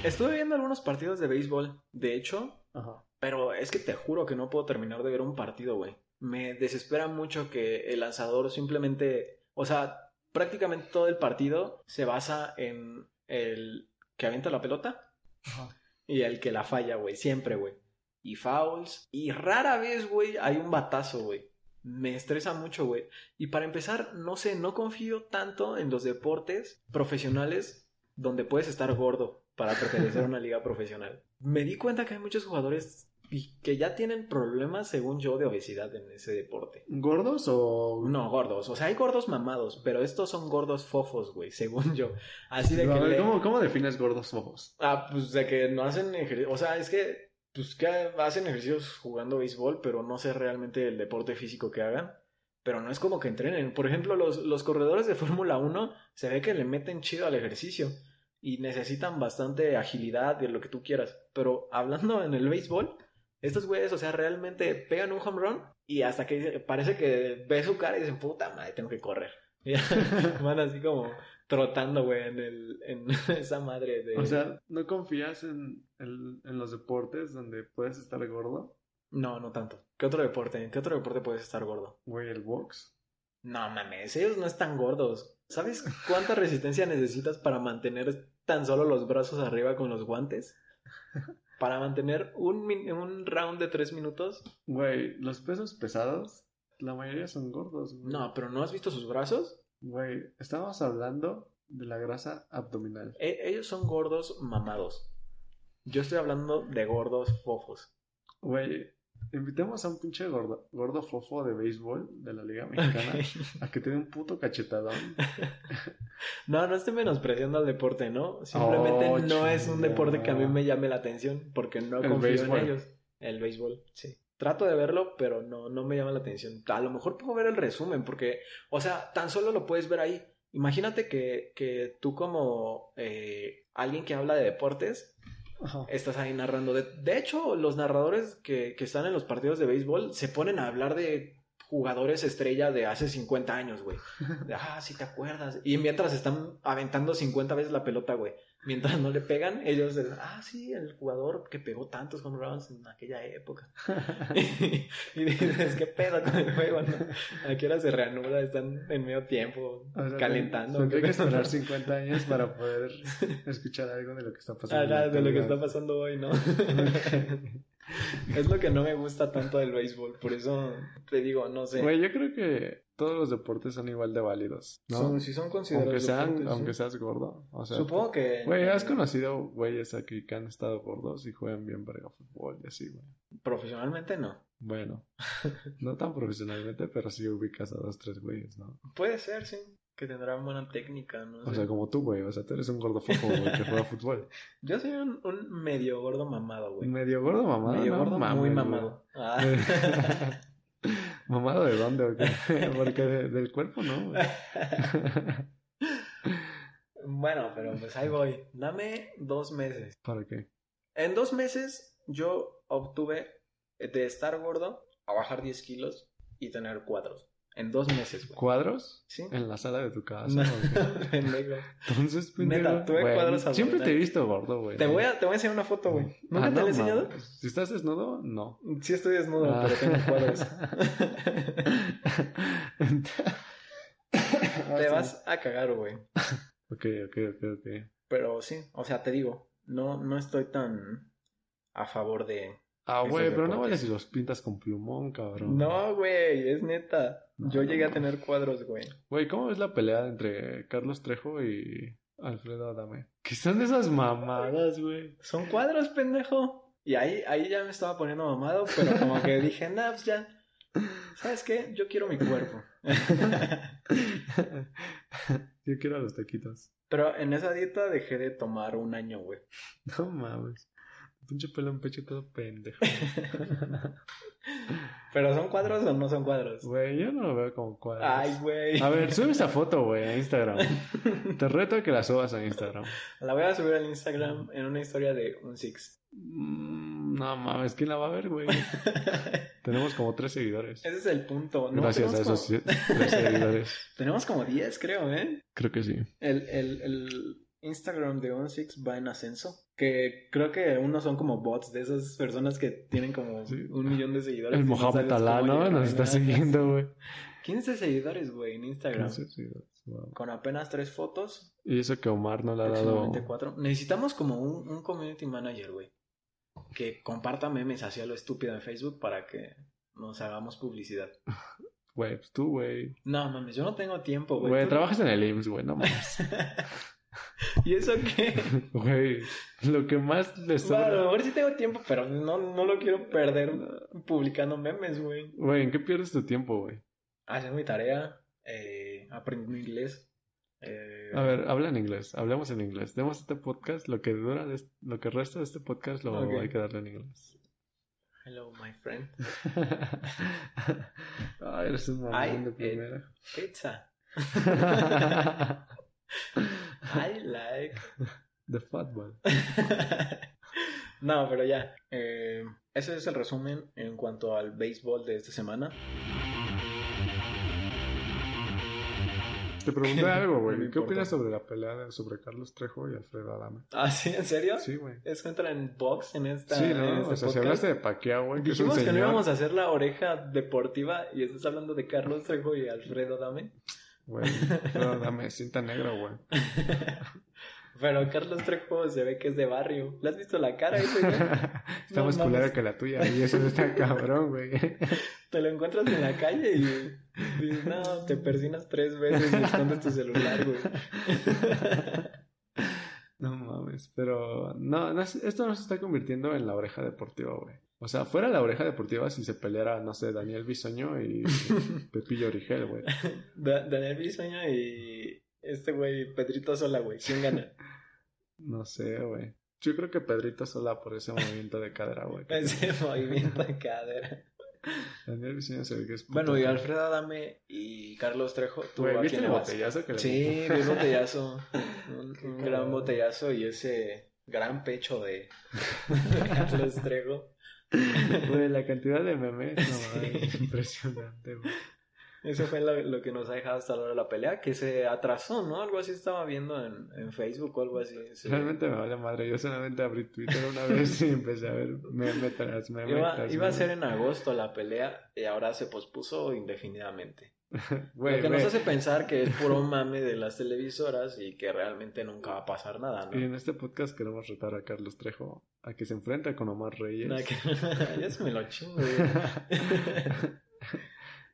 Speaker 1: Estuve viendo algunos partidos de béisbol, de hecho,
Speaker 2: Ajá.
Speaker 1: pero es que te juro que no puedo terminar de ver un partido, güey. Me desespera mucho que el lanzador simplemente, o sea, prácticamente todo el partido se basa en el que avienta la pelota
Speaker 2: Ajá.
Speaker 1: y el que la falla, güey. Siempre, güey. Y fouls. Y rara vez, güey, hay un batazo, güey. Me estresa mucho, güey. Y para empezar, no sé, no confío tanto en los deportes profesionales donde puedes estar gordo para pertenecer a una liga profesional. Me di cuenta que hay muchos jugadores y que ya tienen problemas, según yo, de obesidad en ese deporte.
Speaker 2: ¿Gordos o...?
Speaker 1: No, gordos. O sea, hay gordos mamados, pero estos son gordos fofos, güey, según yo. Así de
Speaker 2: A
Speaker 1: que...
Speaker 2: ver,
Speaker 1: le-
Speaker 2: ¿cómo, cómo defines gordos ojos?
Speaker 1: Ah, pues de que no hacen ejercicio. O sea, es que, pues que hacen ejercicios jugando béisbol, pero no sé realmente el deporte físico que hagan. Pero no es como que entrenen. Por ejemplo, los, los corredores de Fórmula 1 se ve que le meten chido al ejercicio y necesitan bastante agilidad y lo que tú quieras. Pero hablando en el béisbol, estos güeyes, o sea, realmente pegan un home run y hasta que dice- parece que ve su cara y dicen, puta madre, tengo que correr. *laughs* Y van así como trotando, güey, en, el, en *laughs* esa madre de...
Speaker 2: O sea, ¿no confías en, el- en los deportes donde puedes estar gordo?
Speaker 1: No, no tanto. ¿Qué otro deporte? ¿En qué otro deporte puedes estar gordo?
Speaker 2: Güey, el box.
Speaker 1: No mames, ellos no están gordos. ¿Sabes cuánta resistencia necesitas para mantener tan solo los brazos arriba con los guantes? Para mantener un, min- un round de tres minutos.
Speaker 2: Güey, los pesos pesados, la mayoría son gordos. Güey.
Speaker 1: No, pero ¿no has visto sus brazos?
Speaker 2: Güey, estamos hablando de la grasa abdominal.
Speaker 1: E- ellos son gordos mamados. Yo estoy hablando de gordos fofos.
Speaker 2: Güey, Invitemos a un pinche gordo, gordo fofo de béisbol de la Liga Mexicana a que te dé un puto cachetadón.
Speaker 1: No, no estoy menospreciando al deporte, ¿no? Simplemente
Speaker 2: Oh,
Speaker 1: no es un
Speaker 2: chinga.
Speaker 1: deporte que a mí me llame la atención porque no
Speaker 2: El
Speaker 1: confío
Speaker 2: béisbol.
Speaker 1: en ellos. El béisbol, sí. Trato de verlo, pero no, no me llama la atención. A lo mejor puedo ver el resumen porque, o sea, tan solo lo puedes ver ahí. Imagínate que, que tú como eh, alguien que habla de deportes,
Speaker 2: Ajá.
Speaker 1: estás ahí narrando. De, de hecho, los narradores que, que están en los partidos de béisbol se ponen a hablar de jugadores estrella de hace 50 años, güey. De, ah, si te acuerdas. Y mientras están aventando 50 veces la pelota, güey. Mientras no le pegan, ellos dicen, ah, sí, el jugador que pegó tantos home runs en aquella época. *laughs* *laughs* y, dices,
Speaker 2: *laughs*
Speaker 1: qué pedo con el juego, ¿no? ¿A qué hora se reanuda? Están en medio tiempo
Speaker 2: O sea,
Speaker 1: calentando.
Speaker 2: Tendré que
Speaker 1: ¿qué pedo?
Speaker 2: esperar 50 años para poder escuchar algo de lo que está pasando.
Speaker 1: Ah,
Speaker 2: en la
Speaker 1: nada, de lo que está
Speaker 2: actualidad.
Speaker 1: pasando hoy,
Speaker 2: *laughs*
Speaker 1: ¿no? es lo que no me gusta tanto del béisbol, por eso te digo, no sé.
Speaker 2: Güey, yo creo que todos los deportes son igual de válidos, ¿no?
Speaker 1: Son- si son considerados.
Speaker 2: aunque, sean-
Speaker 1: deportes,
Speaker 2: aunque
Speaker 1: sí.
Speaker 2: seas gordo. O sea,
Speaker 1: Supongo que. eh,
Speaker 2: Güey, ¿has conocido güeyes aquí que han estado gordos y juegan bien verga fútbol y así, güey?
Speaker 1: Profesionalmente no. *laughs*
Speaker 2: Bueno, no tan profesionalmente, pero sí ubicas a dos, tres güeyes, ¿no?
Speaker 1: Puede ser, sí. Que tendrán buena técnica, no
Speaker 2: O
Speaker 1: sé.
Speaker 2: sea, como tú, güey. O sea, tú eres un gordo fofo, güey, que juega
Speaker 1: *laughs*
Speaker 2: fútbol.
Speaker 1: Yo soy un, un medio gordo mamado, güey.
Speaker 2: Medio gordo mamado,
Speaker 1: Medio
Speaker 2: no
Speaker 1: gordo
Speaker 2: mames,
Speaker 1: muy
Speaker 2: güey.
Speaker 1: mamado. Ah.
Speaker 2: *laughs* ¿Mamado de dónde? o qué? *laughs* Porque de- del
Speaker 1: *laughs*
Speaker 2: cuerpo no, güey.
Speaker 1: bueno, pero pues ahí voy. Dame dos meses.
Speaker 2: ¿Para qué?
Speaker 1: En dos meses yo obtuve de estar gordo a bajar 10 kilos y tener cuadros. En dos meses, güey.
Speaker 2: ¿Cuadros?
Speaker 1: ¿Sí?
Speaker 2: En la sala de tu casa.
Speaker 1: No,
Speaker 2: o qué?
Speaker 1: *laughs* pendejo. *laughs*
Speaker 2: Entonces,
Speaker 1: Neta,
Speaker 2: pendejo,
Speaker 1: tuve
Speaker 2: güey,
Speaker 1: cuadros
Speaker 2: Siempre te he
Speaker 1: abdominales.
Speaker 2: visto gordo, güey.
Speaker 1: Te voy, a, te voy a enseñar una foto, güey. ¿Nunca
Speaker 2: Ah,
Speaker 1: te la he
Speaker 2: no,
Speaker 1: enseñado?
Speaker 2: mames. Si estás desnudo, no.
Speaker 1: Sí estoy desnudo,
Speaker 2: Ah.
Speaker 1: pero tengo
Speaker 2: *laughs*
Speaker 1: cuadros.
Speaker 2: Ah,
Speaker 1: te vas a cagar, güey.
Speaker 2: Ok, ok, ok, ok.
Speaker 1: Pero sí, o sea, te digo, no, no estoy tan a favor de...
Speaker 2: Ah,
Speaker 1: Esos
Speaker 2: güey, pero no
Speaker 1: deportes.
Speaker 2: vales si los pintas con plumón, cabrón.
Speaker 1: No, güey, es neta.
Speaker 2: No,
Speaker 1: Yo
Speaker 2: no,
Speaker 1: llegué a
Speaker 2: no.
Speaker 1: tener cuadros, güey.
Speaker 2: Güey, ¿cómo es la pelea entre Carlos Trejo y Alfredo Adame? ¿Qué son esas
Speaker 1: *laughs*
Speaker 2: mamadas, güey?
Speaker 1: Son cuadros, pendejo. Y ahí, ahí ya me estaba poniendo mamado, pero como
Speaker 2: *laughs*
Speaker 1: que dije, nah, pues ya. ¿Sabes qué? Yo quiero mi cuerpo. *laughs*
Speaker 2: Yo quiero a los taquitos.
Speaker 1: pero en esa dieta dejé de tomar un año, güey.
Speaker 2: No mames. Pinche pelo en pecho todo
Speaker 1: *laughs*
Speaker 2: pendejo.
Speaker 1: ¿Pero son cuadros o no son cuadros?
Speaker 2: Güey, yo no lo veo como cuadros.
Speaker 1: Ay, güey.
Speaker 2: A ver,
Speaker 1: *laughs*
Speaker 2: sube esa foto, güey, a Instagram. Te reto a que la subas a Instagram.
Speaker 1: La voy a subir al Instagram en una historia de un six. *laughs*
Speaker 2: Mm, No mames, ¿quién la va a ver, güey?
Speaker 1: Ese
Speaker 2: Tenemos como tres seguidores.
Speaker 1: es el punto. ¿no?
Speaker 2: Gracias a
Speaker 1: tenemos
Speaker 2: esos
Speaker 1: Como,
Speaker 2: siete- tres seguidores.
Speaker 1: tenemos como 10, creo, ¿eh?
Speaker 2: Creo que sí.
Speaker 1: El, el, el Instagram de un six va en ascenso. Que creo que unos son como bots de esas personas que tienen como
Speaker 2: Sí.
Speaker 1: un millón de seguidores.
Speaker 2: El
Speaker 1: y no
Speaker 2: Mohamed
Speaker 1: sabes
Speaker 2: Alá,
Speaker 1: cómo
Speaker 2: ¿no?
Speaker 1: llegaron
Speaker 2: Nos
Speaker 1: ahí,
Speaker 2: está
Speaker 1: nada.
Speaker 2: siguiendo,
Speaker 1: *laughs*
Speaker 2: güey.
Speaker 1: 15 seguidores, güey, en Instagram.
Speaker 2: Quince seguidores, wow.
Speaker 1: Con apenas tres fotos.
Speaker 2: Y eso que Omar no le ha dado.
Speaker 1: Próximamente cuatro. Necesitamos como un, un community manager, güey. Que comparta memes hacia lo estúpido en Facebook para que nos hagamos publicidad.
Speaker 2: Güey, pues tú, güey.
Speaker 1: No, mames, yo no tengo tiempo, güey.
Speaker 2: Güey,
Speaker 1: Tú-
Speaker 2: trabajas en el IMSS, güey, no mames. *laughs*
Speaker 1: *laughs* ¿Y eso qué?
Speaker 2: Güey, lo que más le
Speaker 1: Bueno, a lo
Speaker 2: sobra.
Speaker 1: mejor sí tengo tiempo, pero no, no lo quiero perder publicando memes, güey.
Speaker 2: Güey, ¿en qué pierdes tu tiempo, güey?
Speaker 1: Hacer mi tarea, eh, aprendiendo inglés. eh,
Speaker 2: A ver, habla en inglés, hablemos en inglés. Demos este podcast, lo que dura, de est- lo que resta de este podcast, lo
Speaker 1: Ok.
Speaker 2: hay que darle en
Speaker 1: *laughs*
Speaker 2: inglés.
Speaker 1: Hello, my friend.
Speaker 2: Ay, eres un
Speaker 1: Ay,
Speaker 2: mamón de
Speaker 1: eh.
Speaker 2: primera. *laughs*
Speaker 1: Pizza. I like. *laughs*
Speaker 2: The Fatball.
Speaker 1: no, pero ya. eh, ese es el resumen en cuanto al béisbol de esta semana. *laughs*
Speaker 2: Te pregunté
Speaker 1: *laughs*
Speaker 2: algo,
Speaker 1: No
Speaker 2: güey.
Speaker 1: me
Speaker 2: ¿Qué
Speaker 1: importa.
Speaker 2: opinas sobre la pelea de- sobre Carlos Trejo y Alfredo Adame?
Speaker 1: ¿Ah, sí? ¿En serio?
Speaker 2: Sí, güey.
Speaker 1: ¿Eso entra en box en esta.
Speaker 2: Sí,
Speaker 1: en
Speaker 2: ¿no?
Speaker 1: este
Speaker 2: O sea, si
Speaker 1: podcast?
Speaker 2: hablaste de Paquiao, güey, que es un
Speaker 1: Dijimos que
Speaker 2: señor...
Speaker 1: no íbamos a hacer la oreja deportiva y estás hablando de Carlos Trejo y Alfredo Dame.
Speaker 2: Güey, Alfredo Adame, cinta negra, *laughs* güey.
Speaker 1: *laughs* Pero Carlos Trejo se ve que es de barrio. ¿Le has visto la cara a *laughs* ese güey?
Speaker 2: Está más
Speaker 1: No
Speaker 2: culera
Speaker 1: mames.
Speaker 2: que la tuya, y eso no *laughs* está cabrón, güey.
Speaker 1: Te lo encuentras en la calle y dices, no, te persinas tres
Speaker 2: *laughs*
Speaker 1: veces y escondes tu celular, *laughs* güey.
Speaker 2: No mames, pero no, no es- esto no se está convirtiendo en la oreja deportiva, güey. O sea, fuera la oreja deportiva si se peleara, no sé, Daniel
Speaker 1: *laughs*
Speaker 2: Bisoño y Pepillo Origel, güey.
Speaker 1: Da- Daniel Bisoño y este güey, Pedrito Sola, güey. ¿Quién gana? *laughs*
Speaker 2: No sé, güey. Yo creo que Pedrito Sola por ese movimiento de
Speaker 1: *laughs*
Speaker 2: cadera, güey.
Speaker 1: Ese movimiento de cadera.
Speaker 2: Daniel Bisoño se ve que es puto,
Speaker 1: Bueno, y
Speaker 2: güey.
Speaker 1: Alfredo Adame y Carlos Trejo, tú
Speaker 2: Güey,
Speaker 1: a
Speaker 2: ¿viste
Speaker 1: quién
Speaker 2: el
Speaker 1: le vas?
Speaker 2: botellazo que le
Speaker 1: Sí, vi
Speaker 2: *laughs*
Speaker 1: un botellazo. Un, un gran
Speaker 2: cabrón.
Speaker 1: botellazo y ese gran pecho *laughs* de de Carlos Trejo. *laughs*
Speaker 2: puso? Güey, la cantidad de memes, no,
Speaker 1: Sí.
Speaker 2: mames, es impresionante, güey.
Speaker 1: Eso fue lo, lo que nos ha dejado hasta ahora la pelea, que se atrasó, ¿no? Algo así estaba viendo en, en Facebook o algo así. sí.
Speaker 2: Realmente me vale madre. Yo solamente abrí Twitter una vez y empecé a ver meme tras meme.
Speaker 1: Iba,
Speaker 2: tras
Speaker 1: iba a
Speaker 2: meme.
Speaker 1: ser en agosto la pelea y ahora se pospuso indefinidamente.
Speaker 2: Güey,
Speaker 1: lo que nos
Speaker 2: güey.
Speaker 1: hace pensar que es
Speaker 2: *laughs*
Speaker 1: puro mame de las televisoras y que realmente nunca va a pasar nada,
Speaker 2: Y
Speaker 1: ¿no?
Speaker 2: en este podcast queremos retar a Carlos Trejo a que se enfrente con Omar Reyes. *laughs*
Speaker 1: Nada que- *laughs* ya se me lo chingo. güey.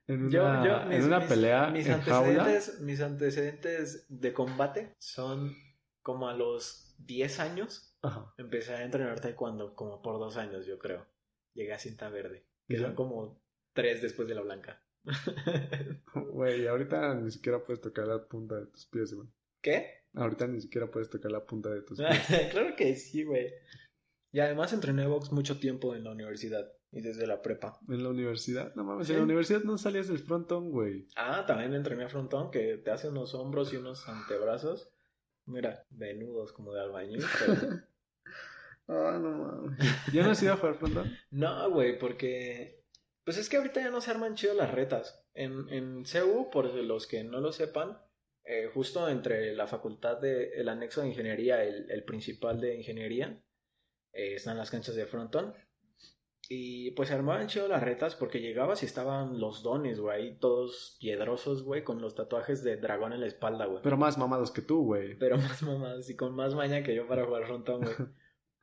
Speaker 2: en una,
Speaker 1: Yo, yo,
Speaker 2: en una pelea
Speaker 1: mis
Speaker 2: en jaula.
Speaker 1: antecedentes, mis antecedentes de combate son como a los 10 años.
Speaker 2: Ajá.
Speaker 1: Empecé a entrenar taekwondo como por dos años, yo creo. Llegué a cinta verde.
Speaker 2: Y
Speaker 1: Que son
Speaker 2: ya.
Speaker 1: como tres después de la blanca. *laughs*
Speaker 2: Güey, ahorita ni siquiera puedes tocar la punta de tus pies, güey.
Speaker 1: *laughs* ¿Qué?
Speaker 2: Ahorita ni siquiera puedes tocar la punta de tus
Speaker 1: Ah.
Speaker 2: pies.
Speaker 1: claro que sí, güey. Y además entrené box mucho tiempo en la universidad y desde la prepa.
Speaker 2: En la universidad, no mames, en
Speaker 1: Sí.
Speaker 2: la universidad no salías del frontón, güey.
Speaker 1: Ah, también entrené frontón, que te hace unos hombros y unos antebrazos. Mira, venudos como de albañil, pero...
Speaker 2: Ah, no mames. ¿Ya no has ido a jugar frontón?
Speaker 1: No, güey, porque. Pues es que ahorita ya no se arman chido las retas. En, en CU, por los que no lo sepan, eh, justo entre la facultad de el anexo de ingeniería, el, el principal de ingeniería, eh, están las canchas de frontón. Y pues se armaban chido las retas porque llegabas y estaban los dones, güey, todos piedrosos, güey, con los tatuajes de dragón en la espalda, güey.
Speaker 2: Pero más mamados que
Speaker 1: *laughs*
Speaker 2: tú, güey.
Speaker 1: Pero más mamadas y con más maña que yo para jugar frontón,
Speaker 2: *laughs*
Speaker 1: güey.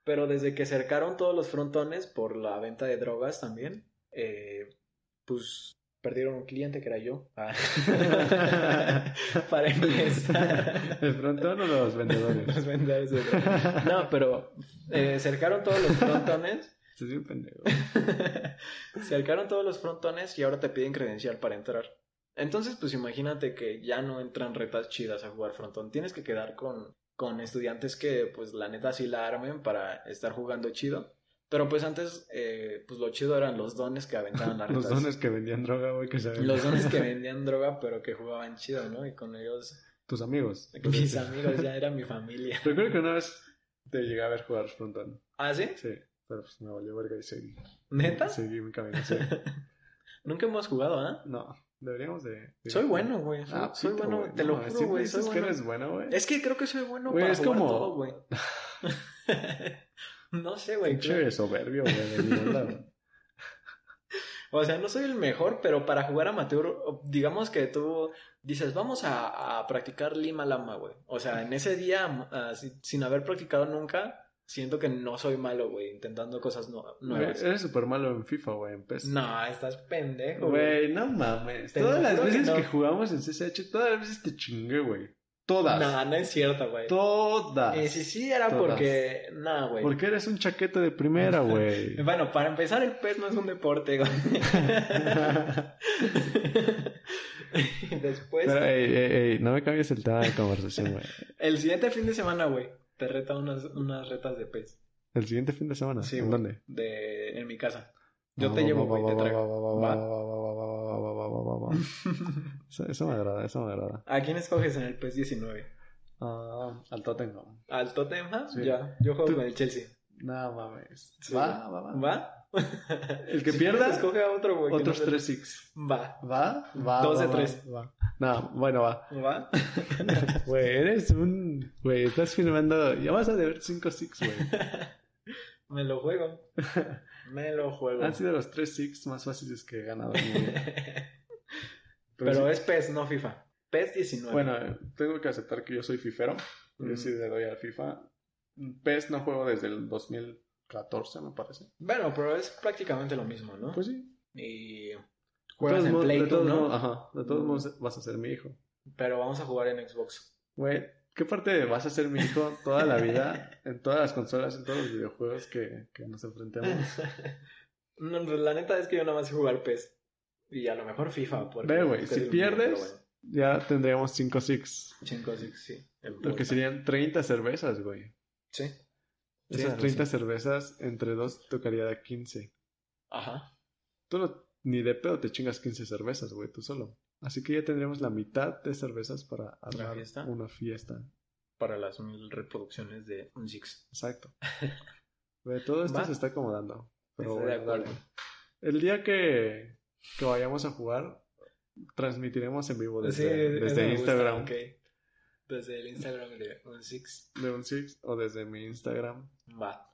Speaker 1: Pero desde que cercaron todos los frontones por la venta de drogas también, eh, pues perdieron un cliente que era yo. *laughs* Ah.
Speaker 2: *laughs*
Speaker 1: para empezar.
Speaker 2: ¿El frontón o *laughs* los vendedores?
Speaker 1: Los vendedores de drogas. No, pero eh, cercaron todos los frontones.
Speaker 2: Estás bien pendejo. *laughs*
Speaker 1: cercaron todos los frontones y ahora te piden credencial para entrar. Entonces, pues imagínate que ya no entran retas chidas a jugar frontón. Tienes que quedar con, con estudiantes que, pues, la neta sí la armen para estar jugando chido. Pero pues antes, eh, pues lo chido eran los dones que aventaban las retas.
Speaker 2: *laughs* Los dones que vendían droga, güey, que se vendían.
Speaker 1: Los dones que vendían droga, pero que jugaban chido, ¿no? Y con ellos,
Speaker 2: Tus amigos.
Speaker 1: mis amigos, ya era mi
Speaker 2: *laughs*
Speaker 1: familia.
Speaker 2: Recuerdo que una vez te llegué a ver jugar frontón.
Speaker 1: ¿Ah, sí?
Speaker 2: Sí. Pero pues me valió verga y seguí.
Speaker 1: ¿Neta?
Speaker 2: Seguí mi camino,
Speaker 1: *laughs*
Speaker 2: sí.
Speaker 1: Nunca hemos jugado, ¿ah?
Speaker 2: No, deberíamos de... de-
Speaker 1: Soy bueno, güey.
Speaker 2: Ah,
Speaker 1: soy
Speaker 2: pito,
Speaker 1: bueno,
Speaker 2: güey.
Speaker 1: te
Speaker 2: No
Speaker 1: lo
Speaker 2: mames,
Speaker 1: juro,
Speaker 2: siempre
Speaker 1: güey. soy
Speaker 2: dices que
Speaker 1: bueno.
Speaker 2: eres bueno, güey.
Speaker 1: Es que creo que soy bueno
Speaker 2: Güey,
Speaker 1: para
Speaker 2: es
Speaker 1: jugar
Speaker 2: como-
Speaker 1: todo, güey. *laughs* no sé, güey.
Speaker 2: Pinche
Speaker 1: creo-
Speaker 2: soberbio, güey, de mi onda, güey.
Speaker 1: *laughs* O sea, no soy el mejor, pero para jugar amateur, digamos que tú dices, vamos a, a practicar lima lama, güey. O sea, en ese día, ah, si- sin haber practicado nunca, siento que no soy malo, güey, intentando cosas nu-
Speaker 2: Güey,
Speaker 1: nuevas.
Speaker 2: Eres súper malo en FIFA, güey, en PES.
Speaker 1: No, estás pendejo, güey.
Speaker 2: Güey, no mames.
Speaker 1: Te
Speaker 2: Todas
Speaker 1: lo
Speaker 2: las
Speaker 1: juro que
Speaker 2: veces
Speaker 1: no.
Speaker 2: que jugamos en CSH, todas las veces te chingué, güey. Todas.
Speaker 1: No, no es cierto, güey.
Speaker 2: Todas.
Speaker 1: Y si sí era
Speaker 2: Todas.
Speaker 1: porque, nada, güey.
Speaker 2: Porque eres un chaquete de
Speaker 1: *laughs*
Speaker 2: primera, güey.
Speaker 1: Bueno, para empezar, el pez no es un deporte,
Speaker 2: *laughs*
Speaker 1: güey. Y Después,
Speaker 2: Pero, ey, ey, ey, no me cambies el tema de conversación, güey.
Speaker 1: eh, el siguiente fin de semana, güey, te reta unas, unas retas de pez.
Speaker 2: El siguiente fin de semana.
Speaker 1: Sí,
Speaker 2: ¿En
Speaker 1: güey.
Speaker 2: dónde?
Speaker 1: De, en mi casa. Yo
Speaker 2: Va,
Speaker 1: te
Speaker 2: va,
Speaker 1: llevo,
Speaker 2: va,
Speaker 1: güey,
Speaker 2: va,
Speaker 1: te
Speaker 2: va,
Speaker 1: traigo. ¿Va?
Speaker 2: va, va, va, va, va, va, va, va, va, va, va, va. Eso- Eso me agrada, eso me agrada.
Speaker 1: *laughs* ¿A quién escoges en el PES 19?
Speaker 2: Ah, al Tottenham.
Speaker 1: ¿Al Tottenham?
Speaker 2: Sí.
Speaker 1: Ya, yo juego
Speaker 2: Tú-
Speaker 1: con el Chelsea.
Speaker 2: No mames.
Speaker 1: Sí,
Speaker 2: va, va, va,
Speaker 1: ¿Va?
Speaker 2: *laughs* El que
Speaker 1: Si
Speaker 2: pierda,
Speaker 1: quieres, escoge a otro, güey. que
Speaker 2: otros
Speaker 1: no sé-
Speaker 2: tres six.
Speaker 1: Va,
Speaker 2: ¿Va? Va.
Speaker 1: Dos
Speaker 2: va,
Speaker 1: de
Speaker 2: va,
Speaker 1: tres.
Speaker 2: va. No, bueno, va.
Speaker 1: va. *laughs*
Speaker 2: *laughs* Güey, eres un. Güey, estás filmando. Ya vas a deber 5-6, güey.
Speaker 1: Me lo juego.
Speaker 2: *laughs*
Speaker 1: Me lo juego.
Speaker 2: Han sido los 3-6 más fáciles que he ganado. en mi vida.
Speaker 1: Pero es PES, no FIFA. PES 19.
Speaker 2: Bueno, eh, tengo que aceptar que yo soy fifero. Yo
Speaker 1: Ujú.
Speaker 2: sí le doy al FIFA. PES no juego desde el 2014, me parece.
Speaker 1: Bueno, pero es prácticamente lo mismo, ¿no?
Speaker 2: Pues sí.
Speaker 1: y juegas
Speaker 2: De todos
Speaker 1: en
Speaker 2: modos-
Speaker 1: Play
Speaker 2: de
Speaker 1: tú,
Speaker 2: todos
Speaker 1: ¿no? Mm.
Speaker 2: modos- ajá, de todos modos vas a ser mi hijo. *laughs*
Speaker 1: Pero vamos a jugar en Xbox.
Speaker 2: Güey, ¿Qué parte vas a ser mi hijo toda la vida?
Speaker 1: *laughs*
Speaker 2: En todas las consolas, en todos los videojuegos que, que nos enfrentemos.
Speaker 1: No, pues, la neta es que yo nada más sé jugar PES. Y a lo mejor FIFA. Porque
Speaker 2: Ve, güey,
Speaker 1: nunca
Speaker 2: si
Speaker 1: he tenido, pero
Speaker 2: pierdes, Ya tendríamos 5 six.
Speaker 1: bueno. 5-6, sí. En
Speaker 2: Lo que
Speaker 1: puta.
Speaker 2: serían 30 cervezas, güey.
Speaker 1: Sí. Sí,
Speaker 2: Esas
Speaker 1: algo
Speaker 2: 30
Speaker 1: así.
Speaker 2: cervezas entre dos tocaría de 15.
Speaker 1: Ajá.
Speaker 2: Tú no- ni de pedo te chingas 15 cervezas, güey, tú solo. Así que ya tendríamos la mitad de cervezas para armar
Speaker 1: fiesta?
Speaker 2: una fiesta.
Speaker 1: Para las mil reproducciones de un Six.
Speaker 2: Exacto. Güey, todo esto
Speaker 1: Va.
Speaker 2: se está acomodando. Pero
Speaker 1: Estoy de
Speaker 2: bueno, dale.
Speaker 1: acuerdo.
Speaker 2: El día que, que vayamos a jugar, transmitiremos en vivo
Speaker 1: Sí,
Speaker 2: desde,
Speaker 1: eso
Speaker 2: desde
Speaker 1: me gusta,
Speaker 2: Instagram
Speaker 1: ok. Desde el Instagram de un Six.
Speaker 2: de un Six o desde mi Instagram
Speaker 1: Va.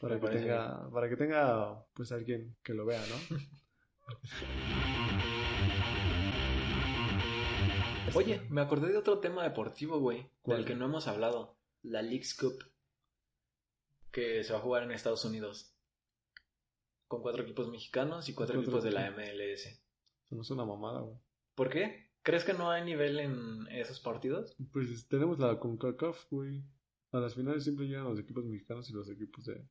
Speaker 2: para
Speaker 1: Me
Speaker 2: que
Speaker 1: parece
Speaker 2: tenga para que tenga pues alguien que lo vea, ¿no?
Speaker 1: Oye, me acordé de otro tema deportivo, güey,
Speaker 2: ¿Cuál?
Speaker 1: del que no hemos hablado. La Leagues Cup, que se va a jugar en Estados Unidos. Con cuatro equipos mexicanos y cuatro
Speaker 2: Cuatro
Speaker 1: equipos de la MLS.
Speaker 2: Somos una mamada, güey.
Speaker 1: ¿Por qué? ¿Crees que no hay nivel en esos partidos?
Speaker 2: Pues tenemos la CONCACAF, güey. A las finales siempre llegan los equipos mexicanos y los equipos de...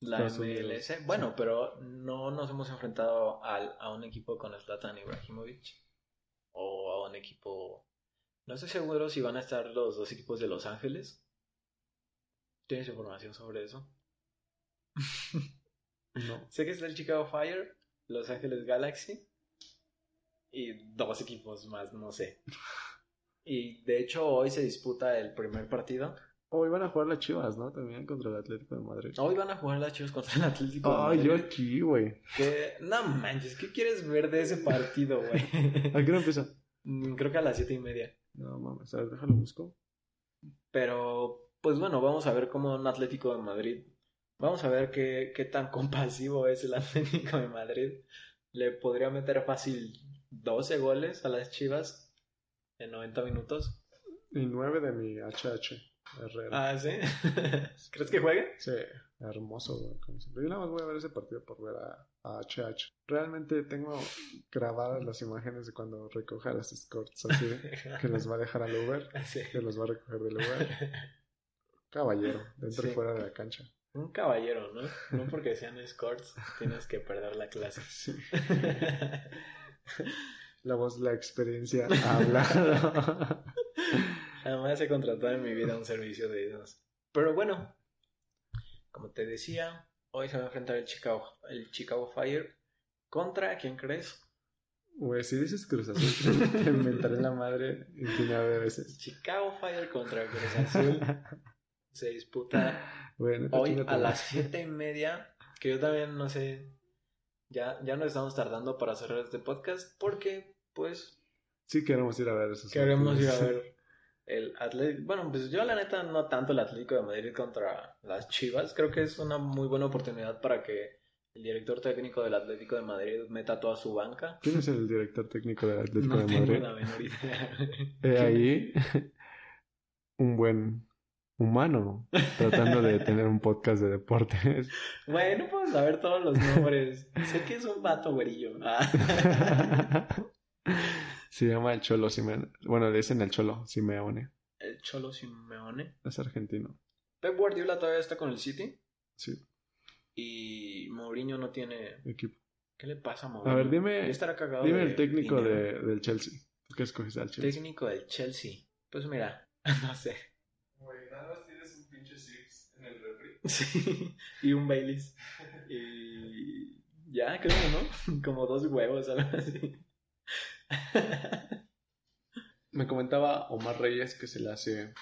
Speaker 1: La
Speaker 2: Estados
Speaker 1: MLS.
Speaker 2: Unidos.
Speaker 1: Bueno, pero no nos hemos enfrentado al- a un equipo con Zlatan Ibrahimovic. O a un equipo... No estoy seguro si van a estar los dos equipos de Los Ángeles. ¿Tienes información sobre eso?
Speaker 2: No.
Speaker 1: Sé que está el Chicago Fire, Los Ángeles Galaxy y dos equipos más, no sé. Y de hecho hoy se disputa el primer partido.
Speaker 2: Hoy van a jugar las Chivas, ¿no? También contra el Atlético de Madrid.
Speaker 1: Hoy van a jugar las Chivas contra el Atlético. de
Speaker 2: Ay, yo
Speaker 1: Madrid,
Speaker 2: aquí, güey.
Speaker 1: que- No manches, ¿qué quieres ver de ese partido, güey?
Speaker 2: *laughs* ¿A qué hora empieza?
Speaker 1: Mm, Creo que a las siete y media.
Speaker 2: No mames, a ver, déjalo busco.
Speaker 1: Pero, pues bueno, vamos a ver cómo un Atlético de Madrid. Vamos a ver qué, qué tan *laughs* compasivo es el Atlético de Madrid. Le podría meter fácil 12 goles a las Chivas en 90 minutos.
Speaker 2: Y 9 de mi HH Herrera.
Speaker 1: Ah, ¿sí? *laughs* ¿Crees que juegue?
Speaker 2: Sí, hermoso, güey, como siempre. Yo nada más voy a ver ese partido por ver a, a HH. Realmente tengo grabadas las imágenes de cuando recoja las
Speaker 1: *laughs*
Speaker 2: escorts así, que las va a dejar al Uber,
Speaker 1: Ah, Sí.
Speaker 2: que las va a recoger del Uber.
Speaker 1: *laughs*
Speaker 2: Caballero, dentro y
Speaker 1: Sí.
Speaker 2: fuera de la cancha.
Speaker 1: Un caballero, ¿no? No porque sean escorts tienes que perder la *laughs* clase.
Speaker 2: Sí, la voz, la
Speaker 1: *laughs*
Speaker 2: experiencia habla.
Speaker 1: Además he contratado en mi vida un servicio de esos. Pero bueno, como te decía, hoy se va a enfrentar el Chicago, el Chicago Fire contra, ¿quién crees?
Speaker 2: Güey, si dices Cruz Azul,
Speaker 1: *laughs*
Speaker 2: te inventaré la madre infinidad de veces.
Speaker 1: Chicago Fire contra Cruz
Speaker 2: *laughs*
Speaker 1: Azul se disputa
Speaker 2: Bueno,
Speaker 1: hoy a las siete y media, que yo también no sé, ya, ya nos estamos tardando para cerrar este podcast porque pues
Speaker 2: Sí queremos ir a ver esos
Speaker 1: Queremos ir a
Speaker 2: partidos.
Speaker 1: ver *laughs* el Atlético. Bueno, pues yo la neta no tanto el Atlético de Madrid contra las Chivas. Creo que es una muy buena oportunidad para que el director técnico del Atlético de Madrid meta toda su banca.
Speaker 2: ¿Quién es el director técnico del Atlético
Speaker 1: no
Speaker 2: de
Speaker 1: tengo
Speaker 2: Madrid?
Speaker 1: la menor idea. *laughs*
Speaker 2: He ahí un buen humano tratando de tener un podcast de deportes.
Speaker 1: Bueno, puedo saber todos los nombres. sé que es un vato güerillo. *laughs* Ah.
Speaker 2: *laughs* Se llama el Cholo Simeone. Bueno, le dicen el Cholo Simeone.
Speaker 1: el Cholo Simeone.
Speaker 2: Es argentino.
Speaker 1: Pep Guardiola todavía está con el City.
Speaker 2: Sí,
Speaker 1: Y Mourinho no tiene.
Speaker 2: equipo.
Speaker 1: ¿Qué le pasa a Mourinho?
Speaker 2: A ver, dime,
Speaker 1: Ya estará cagado
Speaker 2: dime
Speaker 1: de
Speaker 2: el técnico
Speaker 1: dinero.
Speaker 2: de, del Chelsea. ¿Por qué escogiste al Chelsea?
Speaker 1: Técnico del Chelsea. Pues mira, *laughs* no sé.
Speaker 2: Güey, nada más tienes un pinche Six en el refri.
Speaker 1: Sí, *laughs* y un Baileys. Y ya, creo que no. *laughs* Como dos huevos, algo así.
Speaker 2: Me comentaba Omar Reyes que se le hace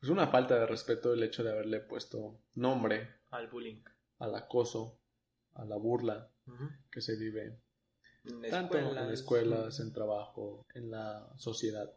Speaker 2: pues una falta de respeto el hecho de haberle puesto nombre
Speaker 1: Al bullying.
Speaker 2: al acoso, a la burla que se vive tanto en escuelas, en trabajo, en la *laughs* sociedad,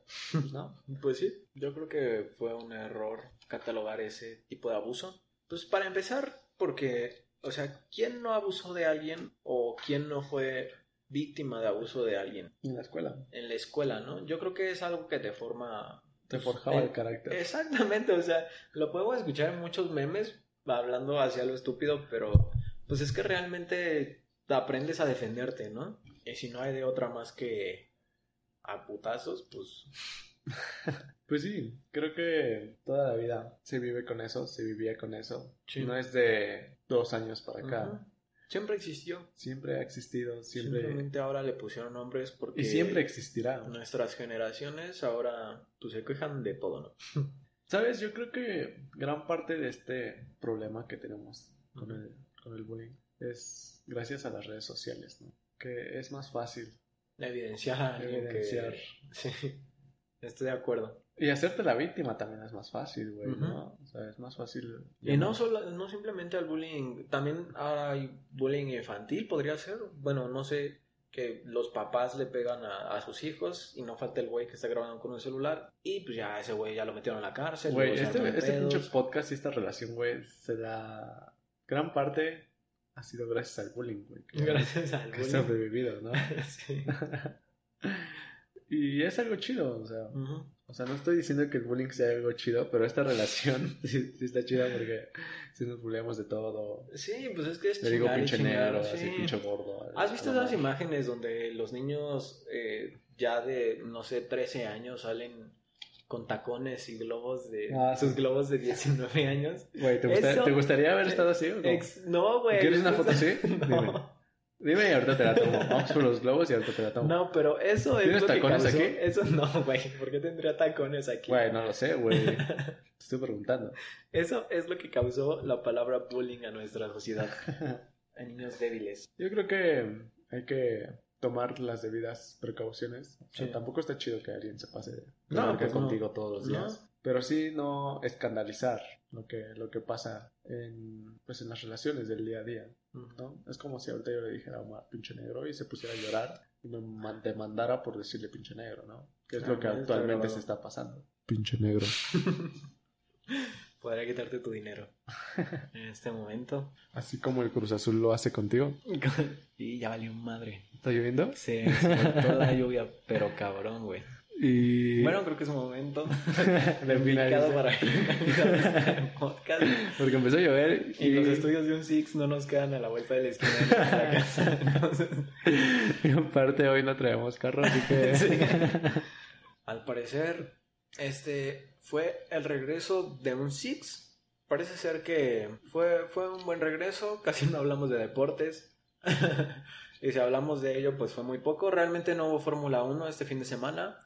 Speaker 2: ¿no?
Speaker 1: Pues sí, yo creo que fue un error catalogar ese tipo de abuso. Pues para empezar, porque, o sea, ¿quién no abusó de alguien o quién no fue víctima de abuso de alguien?
Speaker 2: En la escuela.
Speaker 1: En la escuela, ¿no? Yo creo que es algo que te forma
Speaker 2: Te forjaba
Speaker 1: Eh,
Speaker 2: el
Speaker 1: *laughs*
Speaker 2: carácter.
Speaker 1: Exactamente, o sea, lo podemos escuchar en muchos memes hablando hacia lo estúpido, pero pues es que realmente aprendes a defenderte, ¿no? Y si no hay de otra más que a putazos, pues
Speaker 2: Pues sí, creo que toda la vida se vive con eso, se vivía con eso.
Speaker 1: Sí.
Speaker 2: No es de dos años para acá.
Speaker 1: Ujú. Siempre existió.
Speaker 2: Siempre ha existido, siempre...
Speaker 1: Simplemente ahora le pusieron nombres porque
Speaker 2: Y siempre existirá.
Speaker 1: nuestras generaciones ahora pues, se quejan de todo, ¿no?
Speaker 2: Sabes, yo creo que gran parte de este problema que tenemos con,
Speaker 1: Ujú.
Speaker 2: el, con el bullying es gracias a las redes sociales, ¿no? Que es más fácil
Speaker 1: La evidencia a alguien que-
Speaker 2: evidenciar.
Speaker 1: *laughs* Sí, estoy de acuerdo.
Speaker 2: Y hacerte la víctima también es más fácil, güey,
Speaker 1: Ujú.
Speaker 2: ¿no? O sea, es más fácil.
Speaker 1: Y no, solo, no simplemente al bullying, también hay bullying infantil, podría ser. Bueno, no sé, que los papás le pegan a, a sus hijos y no falta el güey que está grabando con un celular y pues ya ese güey ya lo metieron a la cárcel.
Speaker 2: Güey,
Speaker 1: luego se
Speaker 2: este,
Speaker 1: arman
Speaker 2: este
Speaker 1: pedos.
Speaker 2: pinche *laughs* podcast y esta relación, güey, se la. Gran parte ha sido gracias al bullying, güey. que-
Speaker 1: Gracias al
Speaker 2: que
Speaker 1: bullying.
Speaker 2: has sobrevivido, ¿no? *laughs*
Speaker 1: *laughs* Sí.
Speaker 2: y es algo chido, o sea.
Speaker 1: Ujú.
Speaker 2: O sea, no estoy diciendo que el bullying sea algo chido, pero esta relación *laughs* sí, sí está chida porque si nos bulleamos de todo.
Speaker 1: Sí, pues es que es
Speaker 2: Le digo
Speaker 1: chingar y
Speaker 2: pinche
Speaker 1: chingar,
Speaker 2: negro,
Speaker 1: sí.
Speaker 2: así pinche gordo. al-
Speaker 1: ¿Has visto
Speaker 2: no,
Speaker 1: esas
Speaker 2: no.
Speaker 1: imágenes donde los niños eh, ya de, no sé, 13 años salen con tacones y globos de...
Speaker 2: Ah,
Speaker 1: sus
Speaker 2: sí.
Speaker 1: globos de 19 años?
Speaker 2: Güey, ¿te, gusta-
Speaker 1: Eso-
Speaker 2: te gustaría haber estado así o no?
Speaker 1: Ex- no, güey.
Speaker 2: ¿Quieres una
Speaker 1: eso- *laughs*
Speaker 2: foto así? Dime.
Speaker 1: No,
Speaker 2: Dime y ahorita te la tomo. Vamos por los globos y ahorita te la tomo.
Speaker 1: No, pero eso es
Speaker 2: ¿Tienes
Speaker 1: lo que
Speaker 2: tacones
Speaker 1: causó-
Speaker 2: aquí?
Speaker 1: Eso no, güey. ¿Por qué tendría tacones aquí?
Speaker 2: Güey, no lo sé, güey.
Speaker 1: *laughs*
Speaker 2: Te estoy preguntando.
Speaker 1: Eso es lo que causó la palabra bullying a nuestra
Speaker 2: *laughs*
Speaker 1: sociedad. a niños débiles.
Speaker 2: Yo creo que hay que tomar las debidas precauciones. O sea,
Speaker 1: Sí.
Speaker 2: tampoco está chido que alguien se pase de
Speaker 1: No,
Speaker 2: no,
Speaker 1: pues no.
Speaker 2: contigo todos los
Speaker 1: No.
Speaker 2: días. Pero sí no escandalizar lo que, lo que pasa en, pues en las relaciones del día a día. ¿no? Es como si ahorita yo le dijera a Omar pinche negro y se pusiera a llorar y me man- demandara por decirle pinche negro, ¿no? Que es
Speaker 1: Ah,
Speaker 2: lo que
Speaker 1: está
Speaker 2: actualmente
Speaker 1: grabado.
Speaker 2: se está pasando. Pinche negro.
Speaker 1: Podría quitarte tu
Speaker 2: *laughs*
Speaker 1: dinero en este momento.
Speaker 2: Así como el Cruz Azul lo hace contigo.
Speaker 1: Y ya valió madre.
Speaker 2: ¿Está lloviendo? *laughs*
Speaker 1: Se soltó la lluvia, pero cabrón, güey.
Speaker 2: Y...
Speaker 1: Bueno, creo que es un momento
Speaker 2: De
Speaker 1: indicado
Speaker 2: finalizar.
Speaker 1: para finalizar
Speaker 2: *laughs*
Speaker 1: este podcast.
Speaker 2: Porque empezó a llover
Speaker 1: Y los
Speaker 2: *laughs*
Speaker 1: estudios de un Six no nos quedan a la vuelta de la esquina de *laughs* nuestra casa. Entonces,
Speaker 2: Y aparte hoy no traemos carro, así
Speaker 1: *laughs*
Speaker 2: que...
Speaker 1: Sí. al parecer, este fue el regreso de un Six. Parece ser que fue, fue un buen regreso. Casi no hablamos de deportes. *laughs* y si hablamos de ello, pues fue muy poco. Realmente no hubo Fórmula 1 este fin de semana.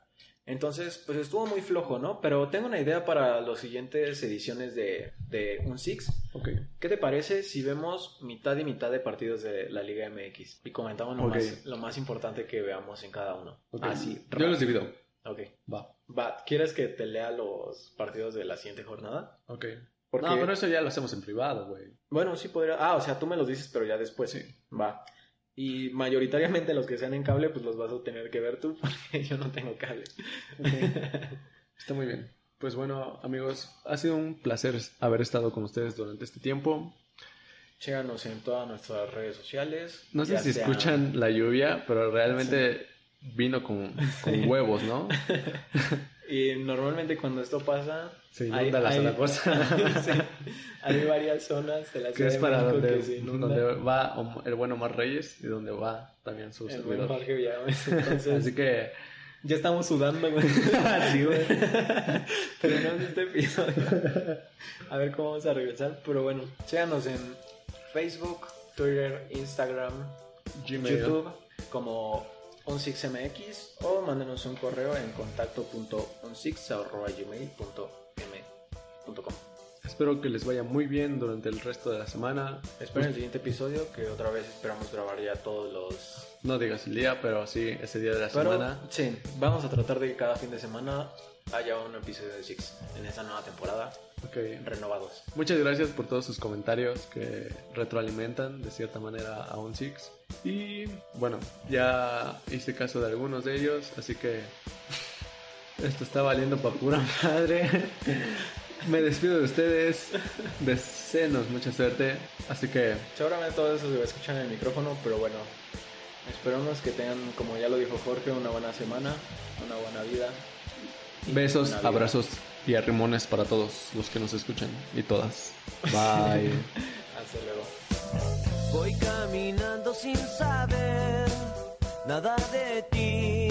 Speaker 1: Entonces, pues estuvo muy flojo, ¿no? Pero tengo una idea para las siguientes ediciones de, de un Six.
Speaker 2: Ok,
Speaker 1: ¿Qué te parece si vemos mitad y mitad de partidos de la Liga MX y comentamos lo,
Speaker 2: Ok.
Speaker 1: más, lo más importante que veamos en cada uno?
Speaker 2: ok.
Speaker 1: Así.
Speaker 2: Yo los divido.
Speaker 1: Ok.
Speaker 2: Va.
Speaker 1: Va, ¿quieres que te lea los partidos de la siguiente jornada?
Speaker 2: Ok.
Speaker 1: Porque,
Speaker 2: No, pero eso ya lo hacemos en privado, güey.
Speaker 1: bueno, sí podría... Ah, o sea, tú me los dices, pero ya después.
Speaker 2: Sí.
Speaker 1: Va. Y mayoritariamente los que sean en cable, pues los vas a tener que ver tú, *laughs* porque yo no tengo
Speaker 2: *laughs*
Speaker 1: cable.
Speaker 2: Está muy bien. Pues bueno, amigos, ha sido un placer haber estado con ustedes durante este tiempo.
Speaker 1: Síganos en todas nuestras redes sociales.
Speaker 2: No sé
Speaker 1: ya
Speaker 2: si
Speaker 1: sea-
Speaker 2: escuchan la lluvia, pero realmente vino con, con
Speaker 1: Sí. *laughs*
Speaker 2: huevos, ¿no?
Speaker 1: Y normalmente cuando esto pasa,
Speaker 2: Se
Speaker 1: Hay-
Speaker 2: inunda la
Speaker 1: hay-
Speaker 2: *laughs* Zaragoza.
Speaker 1: *laughs* Sí. Hay varias zonas de la
Speaker 2: que
Speaker 1: Ciudad
Speaker 2: es
Speaker 1: de
Speaker 2: para
Speaker 1: México
Speaker 2: donde,
Speaker 1: que se inunda.
Speaker 2: donde va Om- el buen Omar Reyes y donde va también su
Speaker 1: El buen
Speaker 2: servidor.
Speaker 1: Jorge
Speaker 2: *laughs*
Speaker 1: Villalobos. Entonces,
Speaker 2: Así que
Speaker 1: ya estamos sudando, güey.
Speaker 2: *laughs* Sí, güey.
Speaker 1: *laughs* Pero no en este episodio. A ver cómo vamos a regresar. Pero bueno, síganos en Facebook, Twitter, Instagram,
Speaker 2: Gmail.
Speaker 1: YouTube como 16mx o mándenos un correo en contacto.16@gmail.m.com.
Speaker 2: Espero que les vaya muy bien durante el resto de la semana.
Speaker 1: Esperen el siguiente episodio que otra vez esperamos grabar ya todos los
Speaker 2: Pues, No digas el día, pero sí ese día de la
Speaker 1: Pero,
Speaker 2: semana.
Speaker 1: sí, vamos a tratar de que cada fin de semana haya un episodio de Six en esta nueva temporada,
Speaker 2: Ok.
Speaker 1: renovados.
Speaker 2: Muchas gracias por todos sus comentarios que retroalimentan de cierta manera a un Six. Y bueno, ya hice caso de algunos de ellos, así que *laughs* esto está valiendo para pura madre. Me despido de ustedes, desenos mucha suerte, así que
Speaker 1: Seguramente todo eso se va a escuchar en el micrófono, pero bueno, esperamos que tengan, como ya lo dijo Jorge, una buena semana, una buena vida. y
Speaker 2: besos,
Speaker 1: una vida.
Speaker 2: abrazos y arrimones para todos los que nos escuchan y todas. Bye.
Speaker 1: Hasta luego.
Speaker 3: Voy caminando sin saber nada de ti.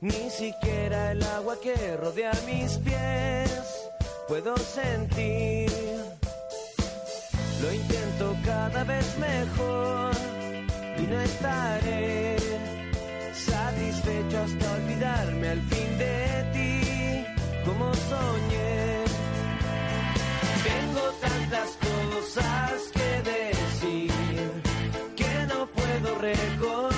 Speaker 3: Ni siquiera el agua que rodea mis pies puedo sentir. Lo intento cada vez mejor y no estaré satisfecho hasta olvidarme al fin de ti, como soñé. Tengo tantas cosas que decir que no puedo recordar.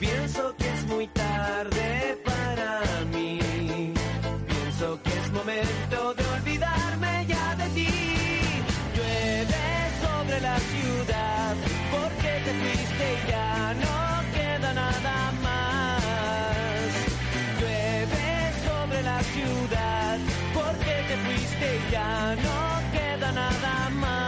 Speaker 3: Pienso que es muy tarde para mí. Pienso que es momento de olvidarme ya de ti. Llueve sobre la ciudad porque te fuiste y ya no queda nada más. Llueve sobre la ciudad porque te fuiste y ya no queda nada más.